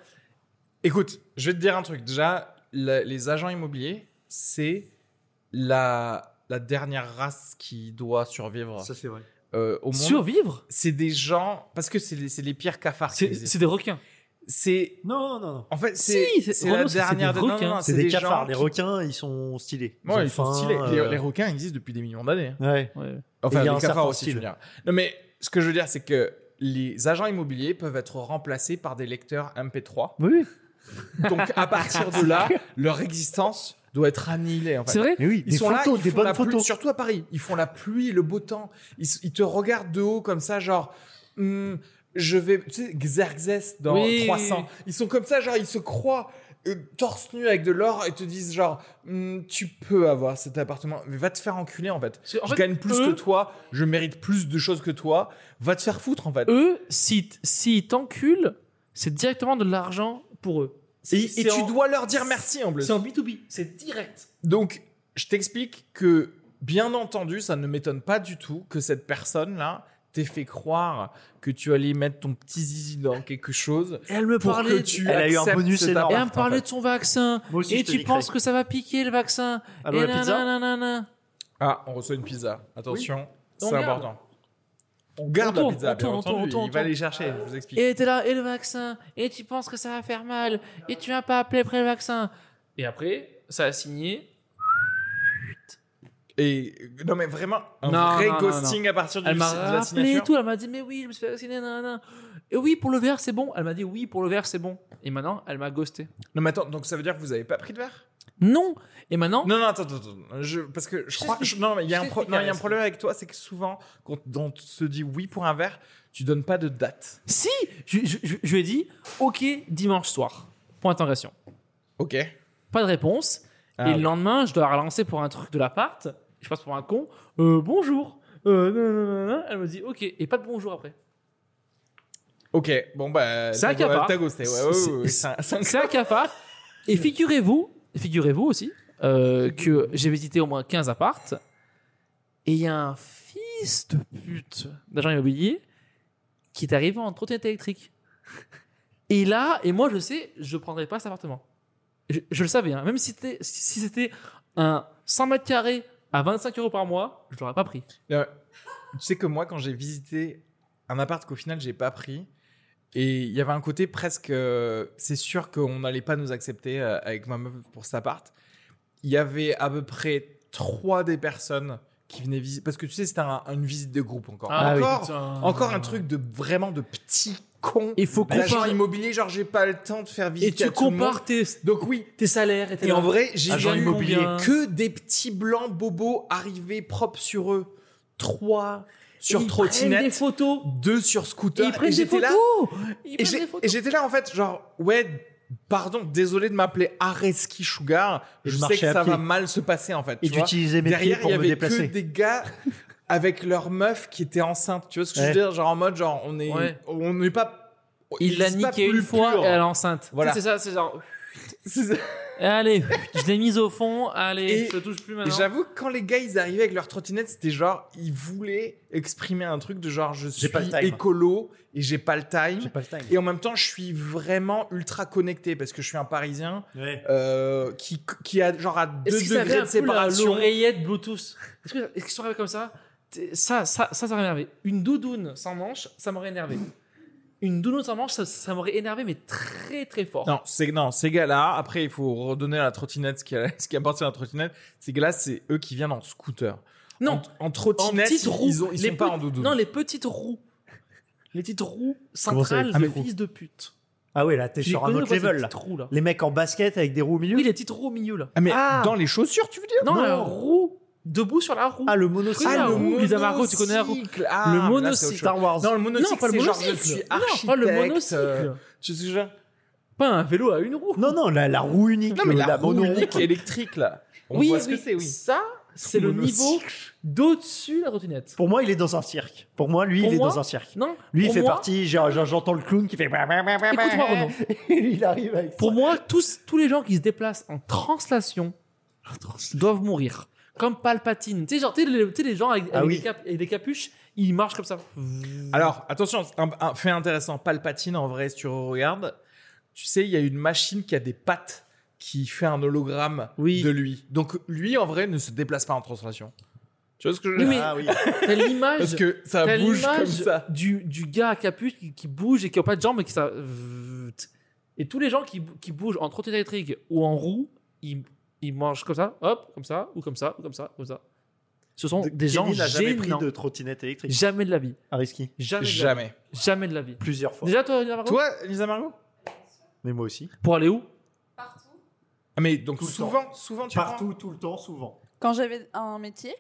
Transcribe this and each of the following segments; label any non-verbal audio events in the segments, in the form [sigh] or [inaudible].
Écoute, je vais te dire un truc. Déjà, la- les agents immobiliers, c'est la, la dernière race qui doit survivre Ça c'est vrai. euh, au monde. survivre C'est des gens... Parce que c'est les, Ah, c'est les pires cafards. qui C'est existent. c'est des requins. C'est... Non, non, non. En fait, c'est Si, c'est- c'est la Renaud, c'est- c'est dernière... des non, non, requins. non, C'est des, gens cafards. Les qui- requins, ils sont stylés. Ouais, ils sont faim, stylés. Les- euh, Les requins existent depuis des millions d'années. hein. Ouais. Ouais. Enfin, Et il y les a un cafards serpent aussi, je veux style. dire. Non, mais ce que je veux dire, c'est que les agents immobiliers peuvent être remplacés par des lecteurs MP3. Oui. Donc, à partir de [laughs] là, leur existence doit être annihilée. En fait. C'est vrai Mais oui, Ils des sont photos, là, ils des font bonnes la pluie, photos. surtout à Paris. Ils font la pluie, le beau temps. Ils, s- ils te regardent de haut comme ça, genre. Hmm, je vais. Tu sais, Xerxes dans Oui, 300. oui, Ils sont comme ça, genre, ils se croient euh, torse nu avec de l'or et te disent, genre, Hmm, tu peux avoir cet appartement, mais va te faire enculer en fait. Parce que, en je fait, gagne plus eux- que toi, je mérite plus de choses que toi, va te faire foutre en fait. Eux, s'ils si, s'ils t'enculent, c'est directement de l'argent pour eux. et C'est- et c'est tu en- dois leur dire merci en plus. C'est en B2B, c'est direct. Donc, je t'explique que, bien entendu, ça ne m'étonne pas du tout que cette personne-là t'ait fait croire que tu allais mettre ton petit zizi dans quelque chose Et elle me pour parlait que tu Elle a eu un acceptes bonus cet énorme. Et appart, elle me parlait en fait. de son vaccin. Moi aussi, Et je te tu l'écris. penses que ça va piquer le vaccin. Allô, et la pizza nananana. Ah, on reçoit une pizza. Attention, On c'est garde. important. On garde la On tourne, pizza, bien on tourne, on entendu. tourne, on tourne, Il va on aller chercher, je vous explique. Et t'es là, et le vaccin. Et tu penses que ça va faire mal. Et tu vas pas appeler après le vaccin. Et après, ça a signé. Et, euh, non mais vraiment, un Non, vrai non, non, ghosting à partir du, Elle m'a de la rappelé et signature. tout. Elle m'a dit, mais oui, je me suis fait vacciner. nanana. Et oui, pour le verre, c'est bon. Elle m'a dit, oui, pour le verre, c'est bon. Et maintenant, elle m'a ghosté. Non mais attends, donc ça veut dire que vous avez pas pris de verre Non. Et maintenant, Non non attends attends, attends. Je- parce que je Je crois t'explique. je- non mais il y a Je un pro- t'explique, non, il y a un Alès. problème avec toi, c'est que souvent quand on se dit oui pour un verre, tu donnes pas de date. si, je, je- je- je lui ai dit, ok, dimanche soir. Point d'interrogation. Ok. Pas de réponse. Ah, et le lendemain, je dois la relancer pour un truc de l'appart. Je passe pour un con. Euh, bonjour. Euh, nanana. Elle me dit ok. Et pas de bonjour après. ok. Bon bah C'est un t'as- cafard. T'as ghosté. Ouais, ouais, C'est- ouais, ouais, c'est un- c'est un- C'est un cafard. Et figurez-vous, figurez-vous aussi euh, que j'ai visité au moins 15 appartes. Et il y a un fils de pute d'agent immobilier qui est arrivé en trottinette électrique. Et là, et moi je sais, je prendrai pas cet appartement. Je, je le savais, hein. même si c'était si c'était un 100 mètres carrés à 25 euros par mois, je l'aurais pas pris. Euh, Tu sais que moi quand j'ai visité un appart qu'au final j'ai pas pris, Et il y avait un côté presque. euh, c'est sûr qu'on n'allait pas nous accepter euh, avec ma meuf pour cet appart. Il y avait à peu près trois des personnes qui venaient visiter. Parce que tu sais, c'était un- une visite de groupe encore. Ah oui. encore, encore un truc de vraiment de petit con. Il faut L'agent comparer. immobilier, genre, j'ai pas le temps de faire visite. Et tu à tout le monde. compares tes, Donc oui. tes salaires et tes. Et en vrai, j'ai Agent vu immobilier. que des petits blancs bobos arrivés propres sur eux. Trois sur Ils prennent Des trottinette, photos. deux sur Et scooter. ils prennent des j'étais là, photos. Ils et prennent j'ai- des et photos. j'étais là en fait, genre, ouais, pardon, désolé de m'appeler Areski Sugar. Et de Je sais que marcher à ça pied. va mal se passer en fait. Et tu vois. d'utiliser mes pieds Derrière, il pour y me avait que déplacer. des gars avec leur meuf qui était enceinte. Tu vois ce que je Ouais. veux dire Genre en mode, genre, on est, Ouais. on n'est pas. Il l'a c'est pas niqué plus une fois pur. et elle est enceinte. Voilà. Tu sais, C'est ça, c'est genre. [laughs] C'est ça. Allez, je l'ai mise au fond. Allez, Et- je te touche plus Et maintenant. j'avoue que quand les gars ils arrivaient avec leur trottinette, c'était genre ils voulaient exprimer un truc de genre je suis pas le time. écolo et j'ai pas le J'ai time. pas le time. Et en même temps, je suis vraiment ultra connecté parce que je suis un Parisien euh, qui, qui a genre à deux Est-ce que ça avait degrés de un peu la- séparation. l'oreillette Bluetooth Est-ce que- est-ce qu'ils sont arrivés comme ça T'es- Ça, ça, ça, ça m'aurait énervé. Une doudoune sans manche, ça m'aurait énervé. Une doudoune sans manche, ça, ça m'aurait énervé, mais très très fort. Non, c'est non, ces gars-là. Après, il faut redonner à la trottinette ce qui, a- [laughs] ce qui appartient à la trottinette. Ces gars-là, c'est eux qui viennent en scooter. Non, en, en en trottinette, petites ils, roues. ils ont- ils les sont pas pe- en doudou. Non, les petites roues. Les petites roues Comment ça, centrales, les petites de roues fils de pute. Ah ouais, là, t'es J'ai sur un connu, autre moi, ces level. là. petites roues, là. Les mecs en basket avec des roues au milieu. Oui, les petites roues au milieu, là. Ah, mais Ah. dans les chaussures, tu veux dire Non, Non. la roue, debout sur la roue. Ah, le monocycle. Ah, Ah, la le roue. les amarres, tu connais la roue. monocycle. Ah, Le mais là, c'est autre monocycle. chose. Star Wars. Non, le monocycle, non, pas le c'est monocycle. genre je suis non, architecte. pas le monocycle. euh, tu sais ce que je veux dire Pas un vélo à une roue. Non, non, la, la roue unique. Non, mais le- la, roue monoroue. unique électrique, là. On oui, voit ce oui. que c'est, oui. Ça, c'est le Monocycle. niveau d'au-dessus de la trottinette. Pour moi, il est dans un cirque. Pour moi, lui, Pour il moi, est dans un cirque. Non, Lui, il pour fait moi- partie. genre, genre, J'entends le clown qui fait. Ah bah, Écoute-moi, Renaud. il arrive avec. Pour moi, tous, tous les gens qui se déplacent en translation doivent mourir. Comme Palpatine. Tu sais, genre, tu sais, les, tu sais, les gens avec, Ah avec oui. des cap- avec des capuches, ils marchent comme ça. Mm. Alors, attention, c'est un, un fait intéressant. Palpatine, en vrai, si tu regardes, tu sais, il y a une machine qui a des pattes qui fait un hologramme Oui. de lui. Donc, lui, en vrai, ne se déplace pas en translation. Tu vois ce que je veux Oui, dire mais- Ah oui. T'as l'image. Parce que ça t'as bouge comme l'image ça. Du, du gars à capuche qui, qui bouge et qui n'a pas de jambes et qui ça. Et tous les gens qui, qui bougent en trottinette électrique ou en roue, ils, ils mangent comme ça, hop, comme ça, ou comme ça, ou comme ça, comme ça. Ce sont des gens Kenny n'a jamais pris gênants. de trottinette électrique. Jamais de la vie. À risquer. Jamais. De la vie. Jamais. Jamais de la vie. Plusieurs fois. Déjà, toi, Navarro, Toi, Lisa Margot Mais moi aussi. pour aller où Partout. Ah, mais donc, Tout le souvent, souvent, tu prends- Partout, tout le temps, souvent. Quand j'avais un métier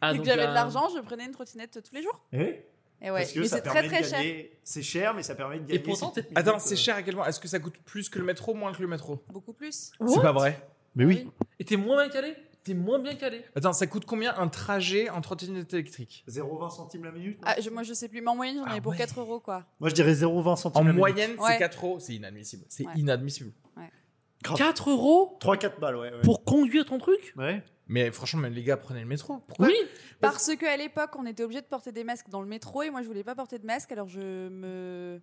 Ah, et que donc, j'avais euh, de l'argent, je prenais une trottinette tous les jours. Eh Et ouais, Parce que mais ça c'est très permet très de cher. gagner. C'est cher, mais ça permet de gagner. Et pourtant, t'es. Attends, c'est cher à quel point Est-ce que ça coûte plus que le métro moins que le métro Beaucoup plus. C'est pas vrai. Mais oui. Et t'es moins bien calé T'es moins bien calé. Attends, ça coûte combien un trajet en trottinette électrique 0,20 centimes la minute. non Ah, je- moi je sais plus, mais en moyenne j'en Ah avais pour ouais. 4 euros quoi. Moi, je dirais 0,20 En centimes. moyenne, c'est Ouais. 4 euros. C'est inadmissible. C'est Ouais. inadmissible. Grave. 4 euros 3-4 balles, ouais. ouais. pour conduire ton truc Ouais. Mais franchement, même les gars, prenez le métro. Pourquoi Oui Parce que à l'époque on était obligé de porter des masques dans le métro et moi je voulais pas porter de masque alors je me.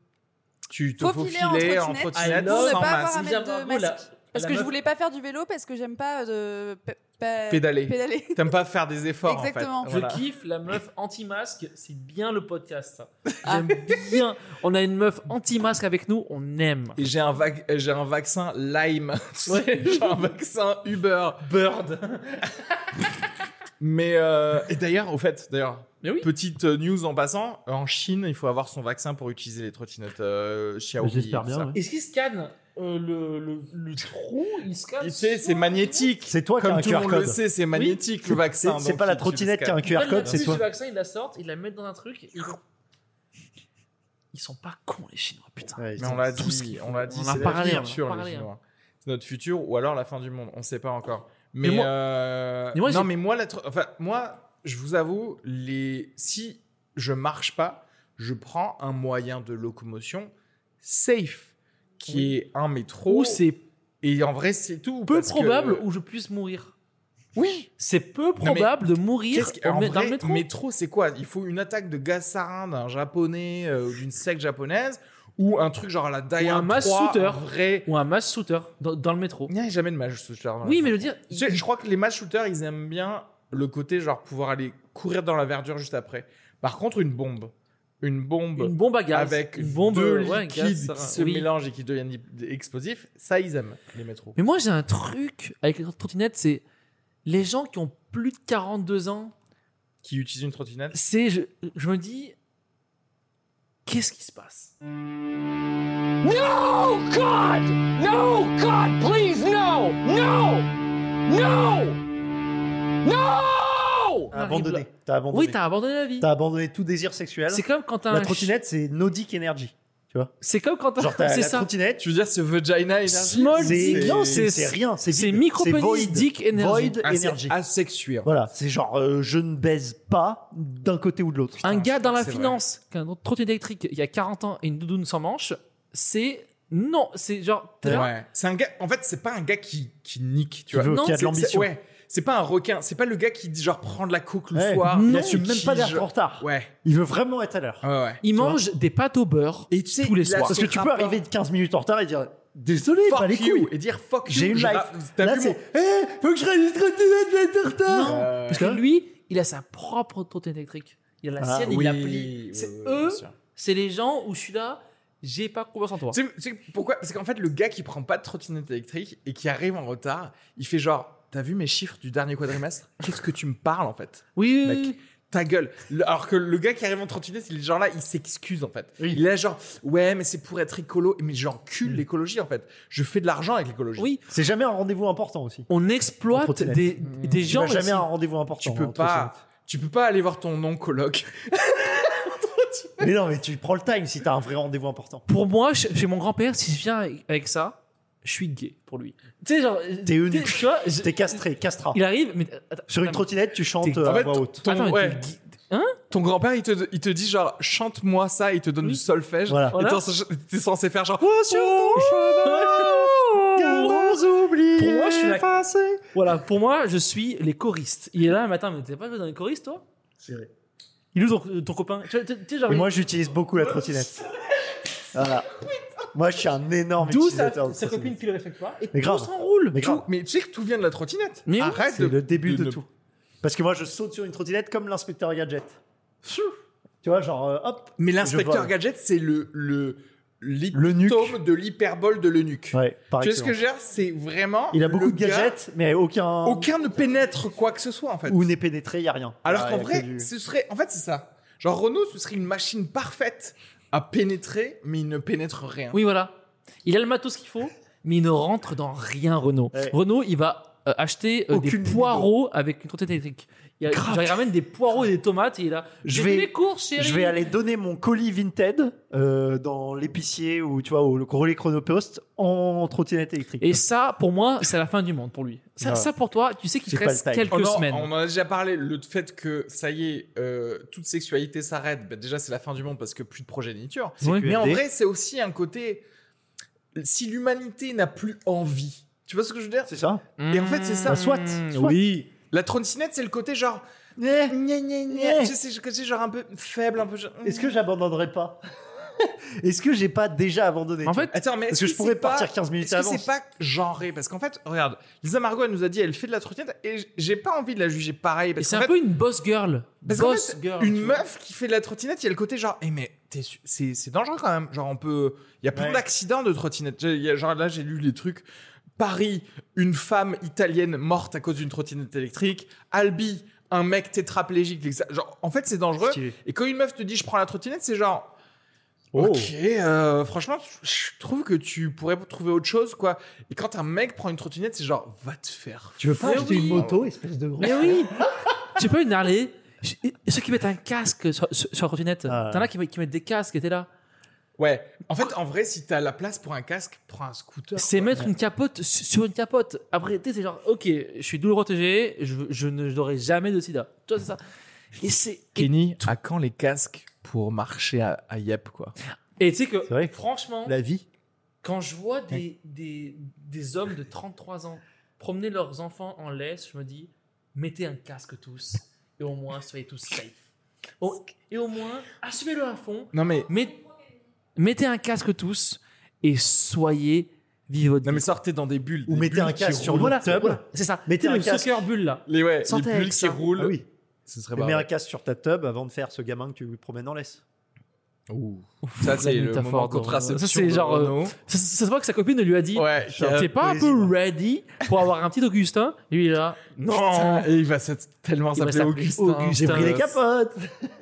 Tu te Faufiler faufilais en en trottinette. trottinette Ah non, ne sans pas avoir masque. un- mettre de masque. Parce que je voulais pas faire du vélo parce que j'aime pas euh, de. pe- pe- Pédaler. Pédaler. T'aimes pas faire des efforts, en fait. Exactement. Ah, Je Voilà. kiffe la meuf anti-masque, c'est bien le podcast. ça. J'aime bien. On a une meuf anti-masque avec nous, on aime. Et j'ai un, vac- euh, j'ai un vaccin Lyme. [laughs] Tu sais, j'ai un vaccin Uber. Bird. Mais euh, et d'ailleurs, au fait, d'ailleurs, Mais oui. petite euh, news en passant, en Chine, il faut avoir son vaccin pour utiliser les trottinettes euh, Xiaomi. J'espère et tout ça. bien. ouais. Est-ce qu'il scanne euh, le, le- le trou Il scanne. Tu sais, c'est magnétique. C'est toi qui as Comme un tout le QR monde le code. sait, c'est magnétique le vaccin. C'est- C'est donc pas la tu- tu trottinette le qui a un Ils QR prennent la code, c'est fiche toi. du vaccin, ils la sortent, ils la mettent dans un truc. et Ils... ils sont pas cons les Chinois, putain. Ouais, Mais on l'a tout ce dit, qu'il faut. on l'a dit, On en a c'est parlé, l'avenir, on en a sûr, les parlé, hein. Chinois. C'est notre futur ou alors la fin du monde, on sait pas encore. Mais, Mais moi- euh, Mais moi, non, j'ai- mais moi, la tro- enfin, moi, je vous avoue, les si je marche pas, je prends un moyen de locomotion safe qui Oui. est un métro. Ou c'est Et en vrai, c'est tout. peu parce que- euh, probable où je puisse mourir. Oui. C'est peu mais probable de mourir Qu'est-ce que- au en mé- dans vrai, le métro. métro, c'est quoi Il faut une attaque de gaz sarin d'un japonais euh, ou d'une secte japonaise ou un truc genre la Daya un mass 3, shooter. vrai. Ou un mass shooter dans, dans le métro. Il n'y a jamais de match shooter. dans la Oui, mais je veux dire, Tu sais, je crois que les match shooters, ils aiment bien le côté genre pouvoir aller courir dans la verdure juste après. Par contre, une bombe, une bombe Une bombe à gaz. avec une bombe deux euh, ouais, liquides gaz, ça- qui se oui. mélangent et qui deviennent des- des explosifs, ça ils aiment les métros. Mais moi, j'ai un truc avec les trottinettes, c'est les gens qui ont plus de 42 ans, Qui utilisent une trottinette c'est. Je, je me dis. Qu'est-ce qui se passe No, God! No, God, please, no! No! No! No! Ah, T'as bah. abandonné. T'as abandonné. Oui, t'as abandonné la vie. T'as abandonné tout désir sexuel. C'est comme quand t'as La un ch- trottinette, c'est Naudic Energy. C'est comme quand Genre, t'as. [laughs] t'as C'est la ça. trottinette, Tu veux dire ce vagina et Small c'est- dick. Non, c'est. c'est rien. C'est C'est vide, micropenis void. dick energy. Void Ah, energy. asexué. en hein. fait. Voilà, c'est genre euh, je ne baise pas d'un côté ou de l'autre. Un Putain, gars dans la c'est finance qui a un trottinette électrique il y a 40 ans et une doudoune sans manche, c'est. Non, c'est genre. t'es là, Ouais. C'est un gars. En fait, c'est pas un gars qui, qui nique, tu Qui vois. veut- non, qui a C'est- de c'est- l'ambition. Ouais. C'est pas un requin. C'est pas le gars qui dit genre prendre la coke le Ouais. soir. Il Non, assume même qui pas d'être je- en retard. Ouais. Il veut vraiment être à l'heure. Ouais. ouais. Il Tu mange des pâtes au beurre. Et tu sais, Tous les il a soirs. Parce ce que tu peux rapport arriver de 15 minutes en retard et dire désolé, pas les Fuck you couilles. et dire fuck you. J'ai une je life. ra- T'as Là, vu c'est- mon- Eh, faut que je réalise trottinette, je vais être en retard. Non, Euh, Parce que lui, il a sa propre trottinette électrique. Il a la Ah, sienne, oui, il la plie. oui, C'est oui, eux, bien sûr. c'est les gens où je suis là, j'ai pas confiance en toi. Tu sais- tu sais pourquoi Parce qu'en fait, le gars qui prend pas de trottinette électrique et qui arrive en retard, il fait genre T'as vu mes chiffres du dernier quadrimestre Qu'est-ce que tu me parles en fait Oui, oui, Mec. oui. Ta gueule Le- Alors que le gars qui arrive en trottinette, il est genre là, il s'excuse en fait. Oui. Il est là genre Ouais, mais c'est pour être écolo. Mais j'encule l'écologie en fait. Je fais de l'argent avec l'écologie. Oui, C'est jamais un rendez-vous important aussi. on En exploite trottinette. des, Mmh. des Tu Tu gens. vas jamais aussi. à un rendez-vous important. Tu hein, peux entre pas. Tu peux pas aller voir ton oncologue. ça. Mais non, mais tu prends le time si t'as un vrai rendez-vous important. Pour moi, ch- chez mon grand-père, si je viens avec- avec ça, je suis gay pour lui. Tu sais, genre. T'es tu eunuque. vois, je- T'es castré, castra. il arrive, mais. attends, Sur une attends, trottinette, tu chantes T'es- euh, En à fait, voix haute. ton, Attends, mais ouais, t'es gay- Hein ton grand-père, il te, il te dit genre Chante-moi ça, il te donne du Oui. solfège. Voilà. Et Voilà. t'es censé- t'es censé faire genre Pour moi, je suis la- Voilà, pour moi, je suis les choristes. Il est là un matin, mais t'es pas dans les choristes, toi C'est vrai. Il est où ton, ton copain Tu tu- tu sais, genre. Et il- moi, j'utilise beaucoup la trottinette. Voilà. Moi, je suis un énorme D'où sa, utilisateur de sa copine trottinette. qui le respecte pas et Mais tout grave. s'enroule. Mais grave, Tout- mais tu sais que tout vient de la trottinette. Mais oui, Arrête c'est de- le début de, ne- tout. Parce que moi, je saute sur une trottinette comme l'inspecteur Gadget. Tu vois, genre, euh, hop. Mais Je l'inspecteur vole. Gadget, c'est le le Le nuque. l'hyptome de l'hyperbole de l'eunuque. Ouais, par tu sais ce que excellence. je veux dire C'est vraiment. Il a le beaucoup de gars- gadgets, mais aucun. Aucun ne pénètre quoi que ce soit en fait. Ou n'est pénétré, il a rien. Alors Ah, qu'en y a vrai, que du- ce serait. En fait, c'est ça. Genre Renault, ce serait une machine parfaite à pénétrer, mais il ne pénètre rien. Oui, voilà. Il a le matos qu'il faut, mais il ne rentre dans rien, Renault. Ouais. Renault, il va euh, acheter euh, des Aucune poireaux avec une trottinette électrique. Il, y a- Grave. genre, il ramène des poireaux et des tomates et il a. Je J'ai vais- fait mes courses, chérie. Je vais aller donner mon colis Vinted euh, dans l'épicier ou tu vois au le relais Chronopost en trottinette électrique. Et ça, pour moi, c'est la fin du monde pour lui. Ça, Voilà. ça pour toi, tu sais qu'il C'est te pas reste le time. quelques Oh non, semaines. On en a déjà parlé, le fait que ça y est, euh, toute sexualité s'arrête, bah, déjà c'est la fin du monde parce que plus de progéniture. Ouais. que- Mais en Des- vrai, c'est aussi un côté. Si l'humanité n'a plus envie, tu vois ce que je veux dire C'est ça Et en fait, c'est ça. Bah, soit, soit. hmm, Oui. La trottinette, c'est le côté genre. Eh, gna, gna, gna. Tu sais, c'est le côté genre un peu faible, un peu. genre- hmm. Est-ce que j'abandonnerai pas [laughs] Est-ce que j'ai pas déjà abandonné En tu vois fait, Attends, mais parce est-ce que je c'est pourrais pas- partir 15 minutes Est-ce que avant. c'est pas genré Parce qu'en fait, regarde, Lisa Margot elle nous a dit elle fait de la trottinette et j- j'ai pas envie de la juger pareil. Et Parce c'est qu'en un fait, peu une boss girl. Parce qu'en boss girl. une tu vois. meuf qui fait de la trottinette, il y a le côté genre, eh mais t'es su- c'est c'est dangereux quand même. Genre on peut, il y a plein Ouais. d'accidents de trottinette. J'ai- il y a- Genre là j'ai lu les trucs. Paris, une femme italienne morte à cause d'une trottinette électrique. Albi, un mec tétraplégique. etc. Genre en fait c'est dangereux. Stylé. Et quand une meuf te dit je prends la trottinette, c'est genre Oh. Ok, euh, franchement, je trouve que tu pourrais trouver autre chose, quoi. Et quand un mec prend une trottinette, c'est genre, va te faire. Tu veux pas Mais acheter oui. une moto, espèce de gros Mais [laughs] oui J'ai pas une Harley. J'ai- Ceux qui mettent un casque sur, sur- sur la trottinette, Ah. t'en as qui, met- qui mettent des casques, et t'es là. Ouais. En fait, en vrai, si t'as la place pour un casque, prends un scooter. C'est mettre une capote su- sur une capote. Après, tu sais, c'est genre, ok, je suis douloureux TG, je, je ne- je n'aurai jamais de sida. Tu vois, c'est ça. Et c'est. Et Kenny, à quand les casques pour marcher à, à Yep, quoi et tu sais que, C'est vrai. franchement, [laughs] La vie. quand je vois des, des, des hommes de 33 ans promener leurs enfants en laisse, je me dis, mettez un casque tous, et au moins, soyez tous safe. Au- Et au moins, assumez-le à fond, Non, mais. mais, mettez un casque tous, et soyez vivez votre Non, mais vie. sortez dans des bulles. Ou des mettez bulles un qui casque sur roulent. votre Voilà, tub. voilà, c'est ça. Mettez Tu sais, un le casque. soccer bulle là. Les, ouais, les Sortez bulles avec qui ça. roulent. Ah oui. Ce serait Mets pas un casque sur ta tub avant de faire ce gamin que tu promènes en laisse. Ça, la c'est le métaphore moment de- contraception. Ça, c'est de genre, euh, Renaud. Ça, ça- ça se voit que sa copine lui a dit Ouais, euh, Genre, qui a- T'es pas un oui, peu ready pour avoir un petit Augustin Lui, il est là. Non Putain. Et il va s'être- tellement Il s'appeler va s'appeler Augustin. Augustin. J'ai euh, pris les capotes.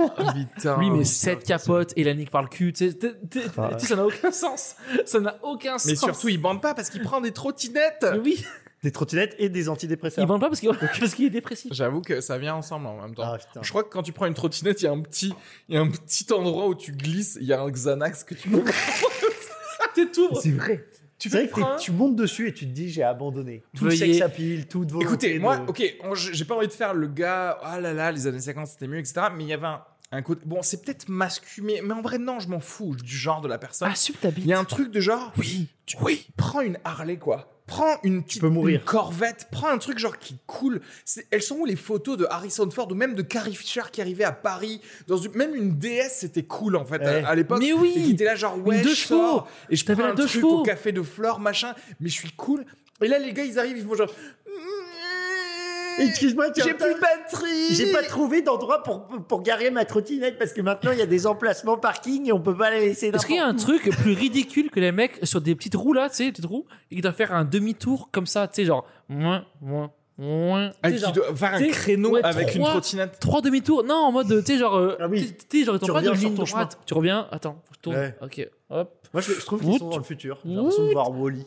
Putain. Lui, mais Augustin. 7 capotes et la nique par le cul. Tu sais, t'es- t'es- Ah. tu sais, ça n'a aucun sens. Ça n'a aucun sens. Mais surtout, il bande pas parce qu'il prend des trottinettes Mais Oui, Des trottinettes et des il antidépresseurs. vend pas parce qu'il parce qu'il est dépressif. J'avoue que ça vient ensemble en même temps. Ah, putain. Je crois que quand tu prends une trottinette, il y a un petit, il y a un petit endroit où tu glisses, il y a un Xanax que tu [laughs] peux prendre. [laughs] T'es tout. C'est vrai. Tu C'est vrai que prends t'es- tu montes dessus et tu te dis j'ai abandonné. Tout le Veuillez- sexe à pile, toute volonté. Écoutez, de- moi, ok, on- j- j'ai pas envie de faire le gars, ah là là, les années 50 c'était mieux, etc. Mais il y avait un, un côté. Bon, c'est peut-être masculin, mais, mais en vrai, non, je m'en fous du genre de la personne. Assume ta bite. Il y a un truc de genre. Oui. oui. Prends une Harley, quoi. Prends une petite peux mourir. une corvette. Prends un truc genre qui coule. C'est- Elles sont où les photos de Harrison Ford ou même de Carrie Fisher qui arrivait à Paris dans une... Même une DS, c'était cool en fait Ouais. à, à l'époque. Mais oui. Et qui était là genre ouais, deux je sors, chevaux. Et je T'avais prends la un deux truc chevaux. au café de fleurs, machin. Mais je suis cool. Et là, les gars, ils arrivent, ils font genre. Excuse-moi, tu J'ai plus de batterie. J'ai pas trouvé d'endroit pour, pour garer ma trottinette parce que maintenant il y a des emplacements parking et on peut pas la laisser Est-ce qu'il y a un truc plus ridicule que les mecs sur des petites roues là, tu sais, des petites roues, et qui doivent faire un demi-tour comme ça, tu sais, genre. Moins, moins, moins. Ah, Tu sais, qui genre, doit faire un t'es- créneau ouais, avec une trois- trottinette. Trois demi-tours. Non, en mode, tu sais, genre. euh, Ah oui. Tu sais, genre, ils t'ont Tu pas de reviens sur ligne ton droite. Tu reviens, attends, faut que je tourne. Ouais. Ok, hop. Moi je, je trouve qu'ils sont dans le futur. J'ai l'impression de voir Wally. J'ai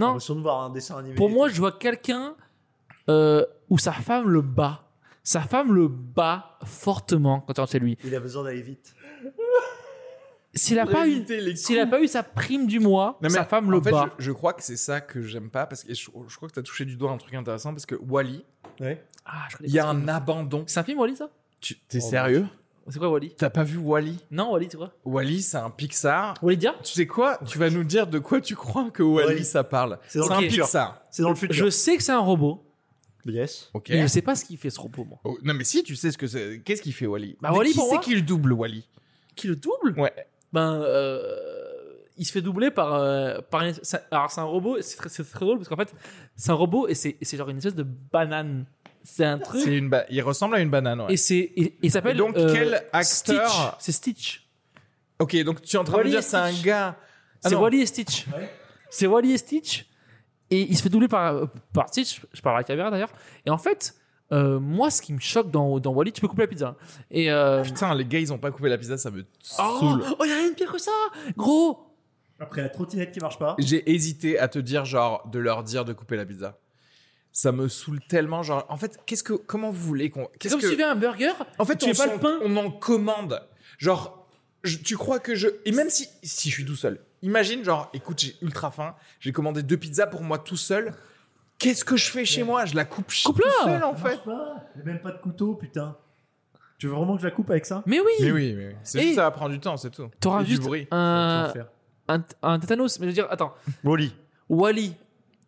Non, l'impression de voir un dessin animé. Pour moi, je vois quelqu'un euh, où sa femme le bat. Sa femme le bat fortement quand on chez lui. il a besoin d'aller vite. S'il a Pour pas eu, éviter les s'il a pas eu sa prime du mois, Non, mais sa femme en le fait, bat. Je, je crois que c'est ça que j'aime pas parce que et je, je crois que t'as touché du doigt un truc intéressant parce que Wally, Ouais. Ah, je connais il y a pas ce un film. abandon. C'est un film Wally ça Tu- T'es Oh, sérieux C'est quoi Wally T'as pas vu Wally Non Wally c'est quoi Wally, c'est un Pixar. Wally Dia Tu sais quoi Tu vas nous dire de quoi tu crois que Wally, Wall-E. ça parle. C'est dans C'est le un futur. Pixar. C'est dans le futur. Je sais que c'est un robot, Yes. Ok. mais je sais pas ce qu'il fait ce robot moi. Oh, non mais si, tu sais ce que c'est. Qu'est-ce qu'il fait Wally Bah, Mais Wall-E, Qui pour c'est moi- qui le double Wally Qui le double Ouais. Ben euh, il se fait doubler par euh, par une- ça- alors c'est un robot, c'est très, c'est très drôle parce qu'en fait c'est un robot et c'est et c'est genre une espèce de banane. C'est un truc. C'est une ba- Il ressemble à une banane. Ouais. Et c'est et- et il s'appelle Et donc, euh, quel acteur Stitch. C'est Stitch. Ok, donc tu es en train Wall-E de et dire c'est un Stitch. gars. Ah c'est non. Wally et Stitch. C'est Wally et Stitch. Et il se fait doubler par, par Stitch. Je parle à la caméra d'ailleurs. Et en fait, euh, moi, ce qui me choque dans, dans Wally, tu peux couper la pizza. hein. Et. euh, Putain, les gars, ils ont pas coupé la pizza, ça me oh, saoule. oh, y a rien de pire que ça, gros. Après la trottinette qui marche pas. J'ai hésité à te dire, genre, de leur dire de couper la pizza. Ça me saoule tellement, genre, en fait, qu'est-ce que, comment vous voulez qu'on, C'est qu'est-ce comme si tu que, fais un burger. en fait, tu on, fais pas s'en- le pain. on en commande. Genre, je- tu crois que je, et même si, si je suis tout seul, imagine, genre, écoute, j'ai ultra faim, j'ai commandé deux pizzas pour moi tout seul. Qu'est-ce que je fais chez moi Je la coupe ch- Coupe-la Ah, tout seul, en Ça fait. marche pas. Il y a même pas de couteau, putain. Tu veux vraiment que je la coupe avec ça Mais oui. Mais oui, mais oui. C'est Et- juste, ça va prendre du temps, c'est tout. T'auras Et du juste bruit. un, un, un tétanos. Mais je veux dire, attends. Wally. Wally,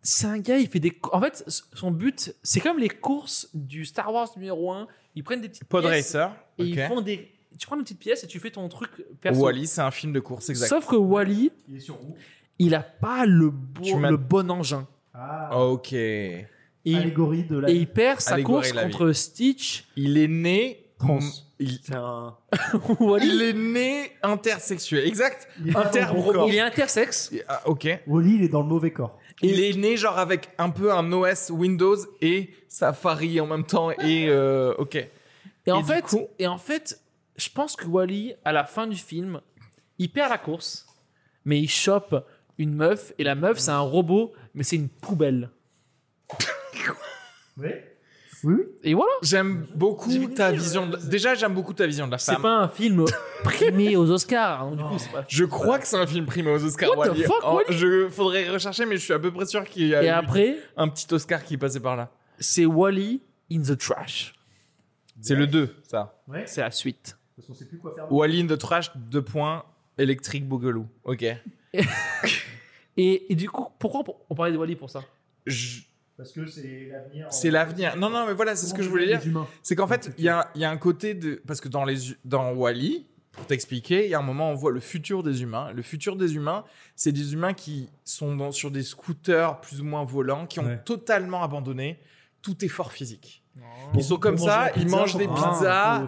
c'est un gars, il fait des. cou- En fait, s- son but, c'est comme les courses du Star Wars numéro 1. Ils prennent des petites Pod pièces Racer. et ils ok. font des. Tu prends une petite pièce et tu fais ton truc perso. Wall-E, c'est un film de course, exact. Sauf que Wally, Il est sur roue. il a pas le, bon- Tu m'as- le bon engin. Ah. Ok. Et, il- Allégorie de la. et il perd sa Allégorie course de la vie. contre Stitch. [laughs] Il est né. Trans. Il, C'est un. Wally, Il est né intersexuel, exact. Il est pas dans le bon Interbro. corps. Ah, il est intersexe. Ah, ok. Wally, il est dans le mauvais corps. Il est né genre avec un peu un OS Windows et Safari en même temps et euh, ok. Et, en du fait, coup- et en fait, je pense que Wally, à la fin du film, il perd la course, mais il chope une meuf. Et la meuf, c'est un robot, mais c'est une poubelle. Oui. Oui. Et voilà. J'aime beaucoup J'ai vu ta le film, vision. De... Déjà, j'aime beaucoup ta vision de la C'est femme. pas un [laughs] film primé aux Oscars. hein, du coup, c'est pas- Je crois que c'est un film primé aux Oscars. What the Wall-E. fuck, Oh, Wall-E Je faudrait rechercher, mais je suis à peu près sûr qu'il y a Et eu après, un petit Oscar qui est passé par là. c'est Wally in the trash. C'est le 2, ça. Ouais. C'est la suite. Parce qu'on sait plus quoi faire. Wall-E in the Trash, 2 points, Electric Boogaloo. Ok. Et, et du coup, pourquoi on- on parlait de Wally pour ça Je- Parce que c'est l'avenir. C'est l'avenir. Non, non, mais voilà, c'est ce que je voulais dire. C'est qu'en fait, il y a, il y a un côté de. Parce que dans, les, hu- dans Wally, pour t'expliquer, il y a un moment, on voit le futur des humains. Le futur des humains, c'est des humains qui sont dans- sur des scooters plus ou moins volants, qui ont Ouais. totalement abandonné, tout effort physique. Ils sont comme ça, ils mangent des pizzas, Ah,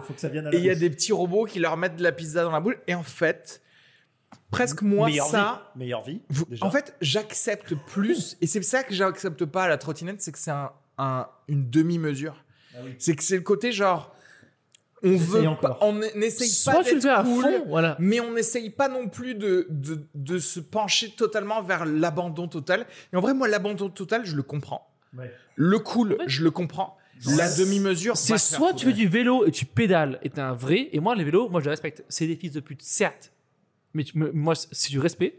Et il y a des petits robots qui leur mettent de la pizza dans la boule. Et en fait, presque moi, meilleure ça. Vie, meilleure vie. vous- déjà. en fait, j'accepte plus. et c'est ça que j'accepte pas à la trottinette, c'est que c'est un, un- une demi-mesure. Ah C'est que c'est le côté genre. On veut. encore. pas- on n'essaye pas Soit tu le d'être fais à cool. fond, voilà. Mais on n'essaye pas non plus de, de, de se pencher totalement vers l'abandon total. Et en vrai, moi, l'abandon total, je le comprends. Ouais. Le cool, Ouais. je le comprends. La demi-mesure, C'est va se faire soit tu fais foutre. du vélo et tu pédales et t'es un vrai, et moi les vélos, moi je les respecte. C'est des fils de pute, certes, mais tu- me- moi c'est du respect.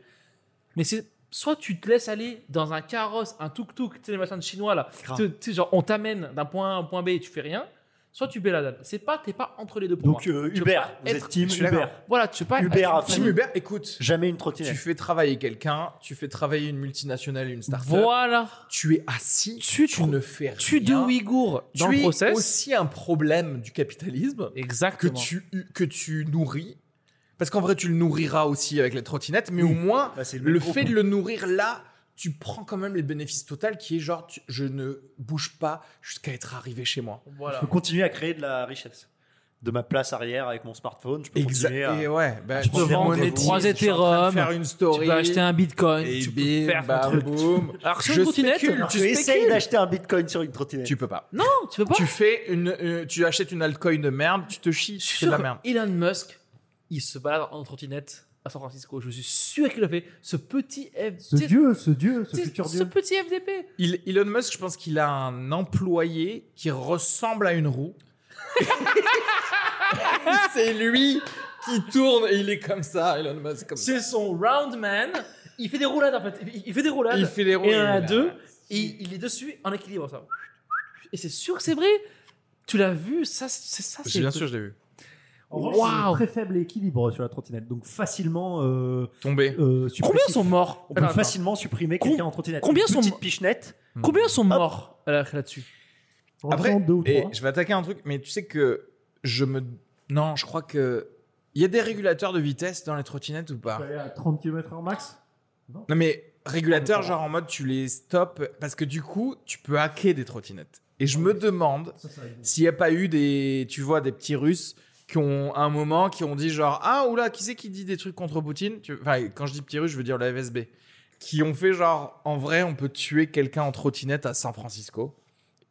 Mais c'est soit tu te laisses aller dans un carrosse, un tuk-tuk, tu sais les machins chinois là, Grave. Tu- tu sais, genre on t'amène d'un point A à un point B et tu fais rien, soit tu pédales. C'est pas, t'es pas entre les deux pour Donc moi. euh, Tu Uber, peux pas vous êtes être- team je suis Uber. d'accord. Voilà, tu peux pas. Uber à fond. Tim Hubert, écoute. Jamais une Tu trottinette. fais travailler quelqu'un, tu fais travailler une multinationale, une start-up. Voilà. Tu es assis, Tu- tu, tu- ne fais rien. Tu deux Ouïghours dans Tu le es process. aussi un problème du capitalisme que Exactement. tu, que tu nourris. Parce qu'en vrai, tu le nourriras aussi avec la trottinette, mais au moins, Euh, Bah, c'est le même fait groupe. de le nourrir là, tu prends quand même les bénéfices total qui est genre, tu- je ne bouge pas jusqu'à être arrivé chez moi. Je Voilà. peux continuer à créer de la richesse. De ma place arrière avec mon smartphone, je peux continuer à... Et ouais, bah, je tu peux vendre monétises, trois je suis en train de Ethereum, faire une Tu story, peux acheter un bitcoin, et tu bim, peux faire ton bam, truc. boum. [laughs] Alors sur Je une trottinette, spécule, tu tu essayes spécules. d'acheter un bitcoin sur une trottinette. Tu peux pas. Non, tu peux pas. Tu fais une, euh, tu achètes une altcoin de merde, tu te chies, Je suis c'est de sûr la que merde. Elon Musk, il se balade en trottinette à San Francisco. Je suis sûr qu'il le fait. Ce petit F... Ce tu sais, dieu, ce dieu, tu ce sais, futur ce dieu. petit FDP. Il- Elon Musk, je pense qu'il a un employé qui ressemble à une roue. [laughs] c'est lui qui tourne et il est comme ça, Elon Musk. Comme ça. C'est son round man. Il fait des roulades en fait. Il- Il fait des roulades. Il fait les roues. et un il est à là. deux. Et il est dessus en équilibre. Ça. Et c'est sûr que c'est vrai. Tu l'as vu, ça, c'est ça. c'est- J'ai- Bien sûr, je l'ai vu. En revanche, c'est Waouh. Très faible équilibre sur la trottinette, donc facilement. euh, Tombé. euh, suppressif. Combien sont morts On peut Attends, attends. facilement supprimer Com- quelqu'un en trottinette. combien Une sont- Petite pichenette. Mmh. Combien sont morts euh, là-dessus Après, Franchement, deux ou et trois. je vais attaquer un truc, mais tu sais que je me. Non, je crois que. Il y a des régulateurs de vitesse dans les trottinettes ou pas Tu peux aller à 30 km/h max. Non mais régulateur, genre en mode tu les stops parce que du coup tu peux hacker des trottinettes. Et je me demande Ça, ça arrive. s'il n'y a pas eu des, tu vois, des petits Russes qui ont à un moment qui ont dit genre ah oula qui c'est qui dit des trucs contre Poutine Tu- Enfin quand je dis petits Russes, je veux dire la FSB qui ont fait genre en vrai on peut tuer quelqu'un en trottinette à San Francisco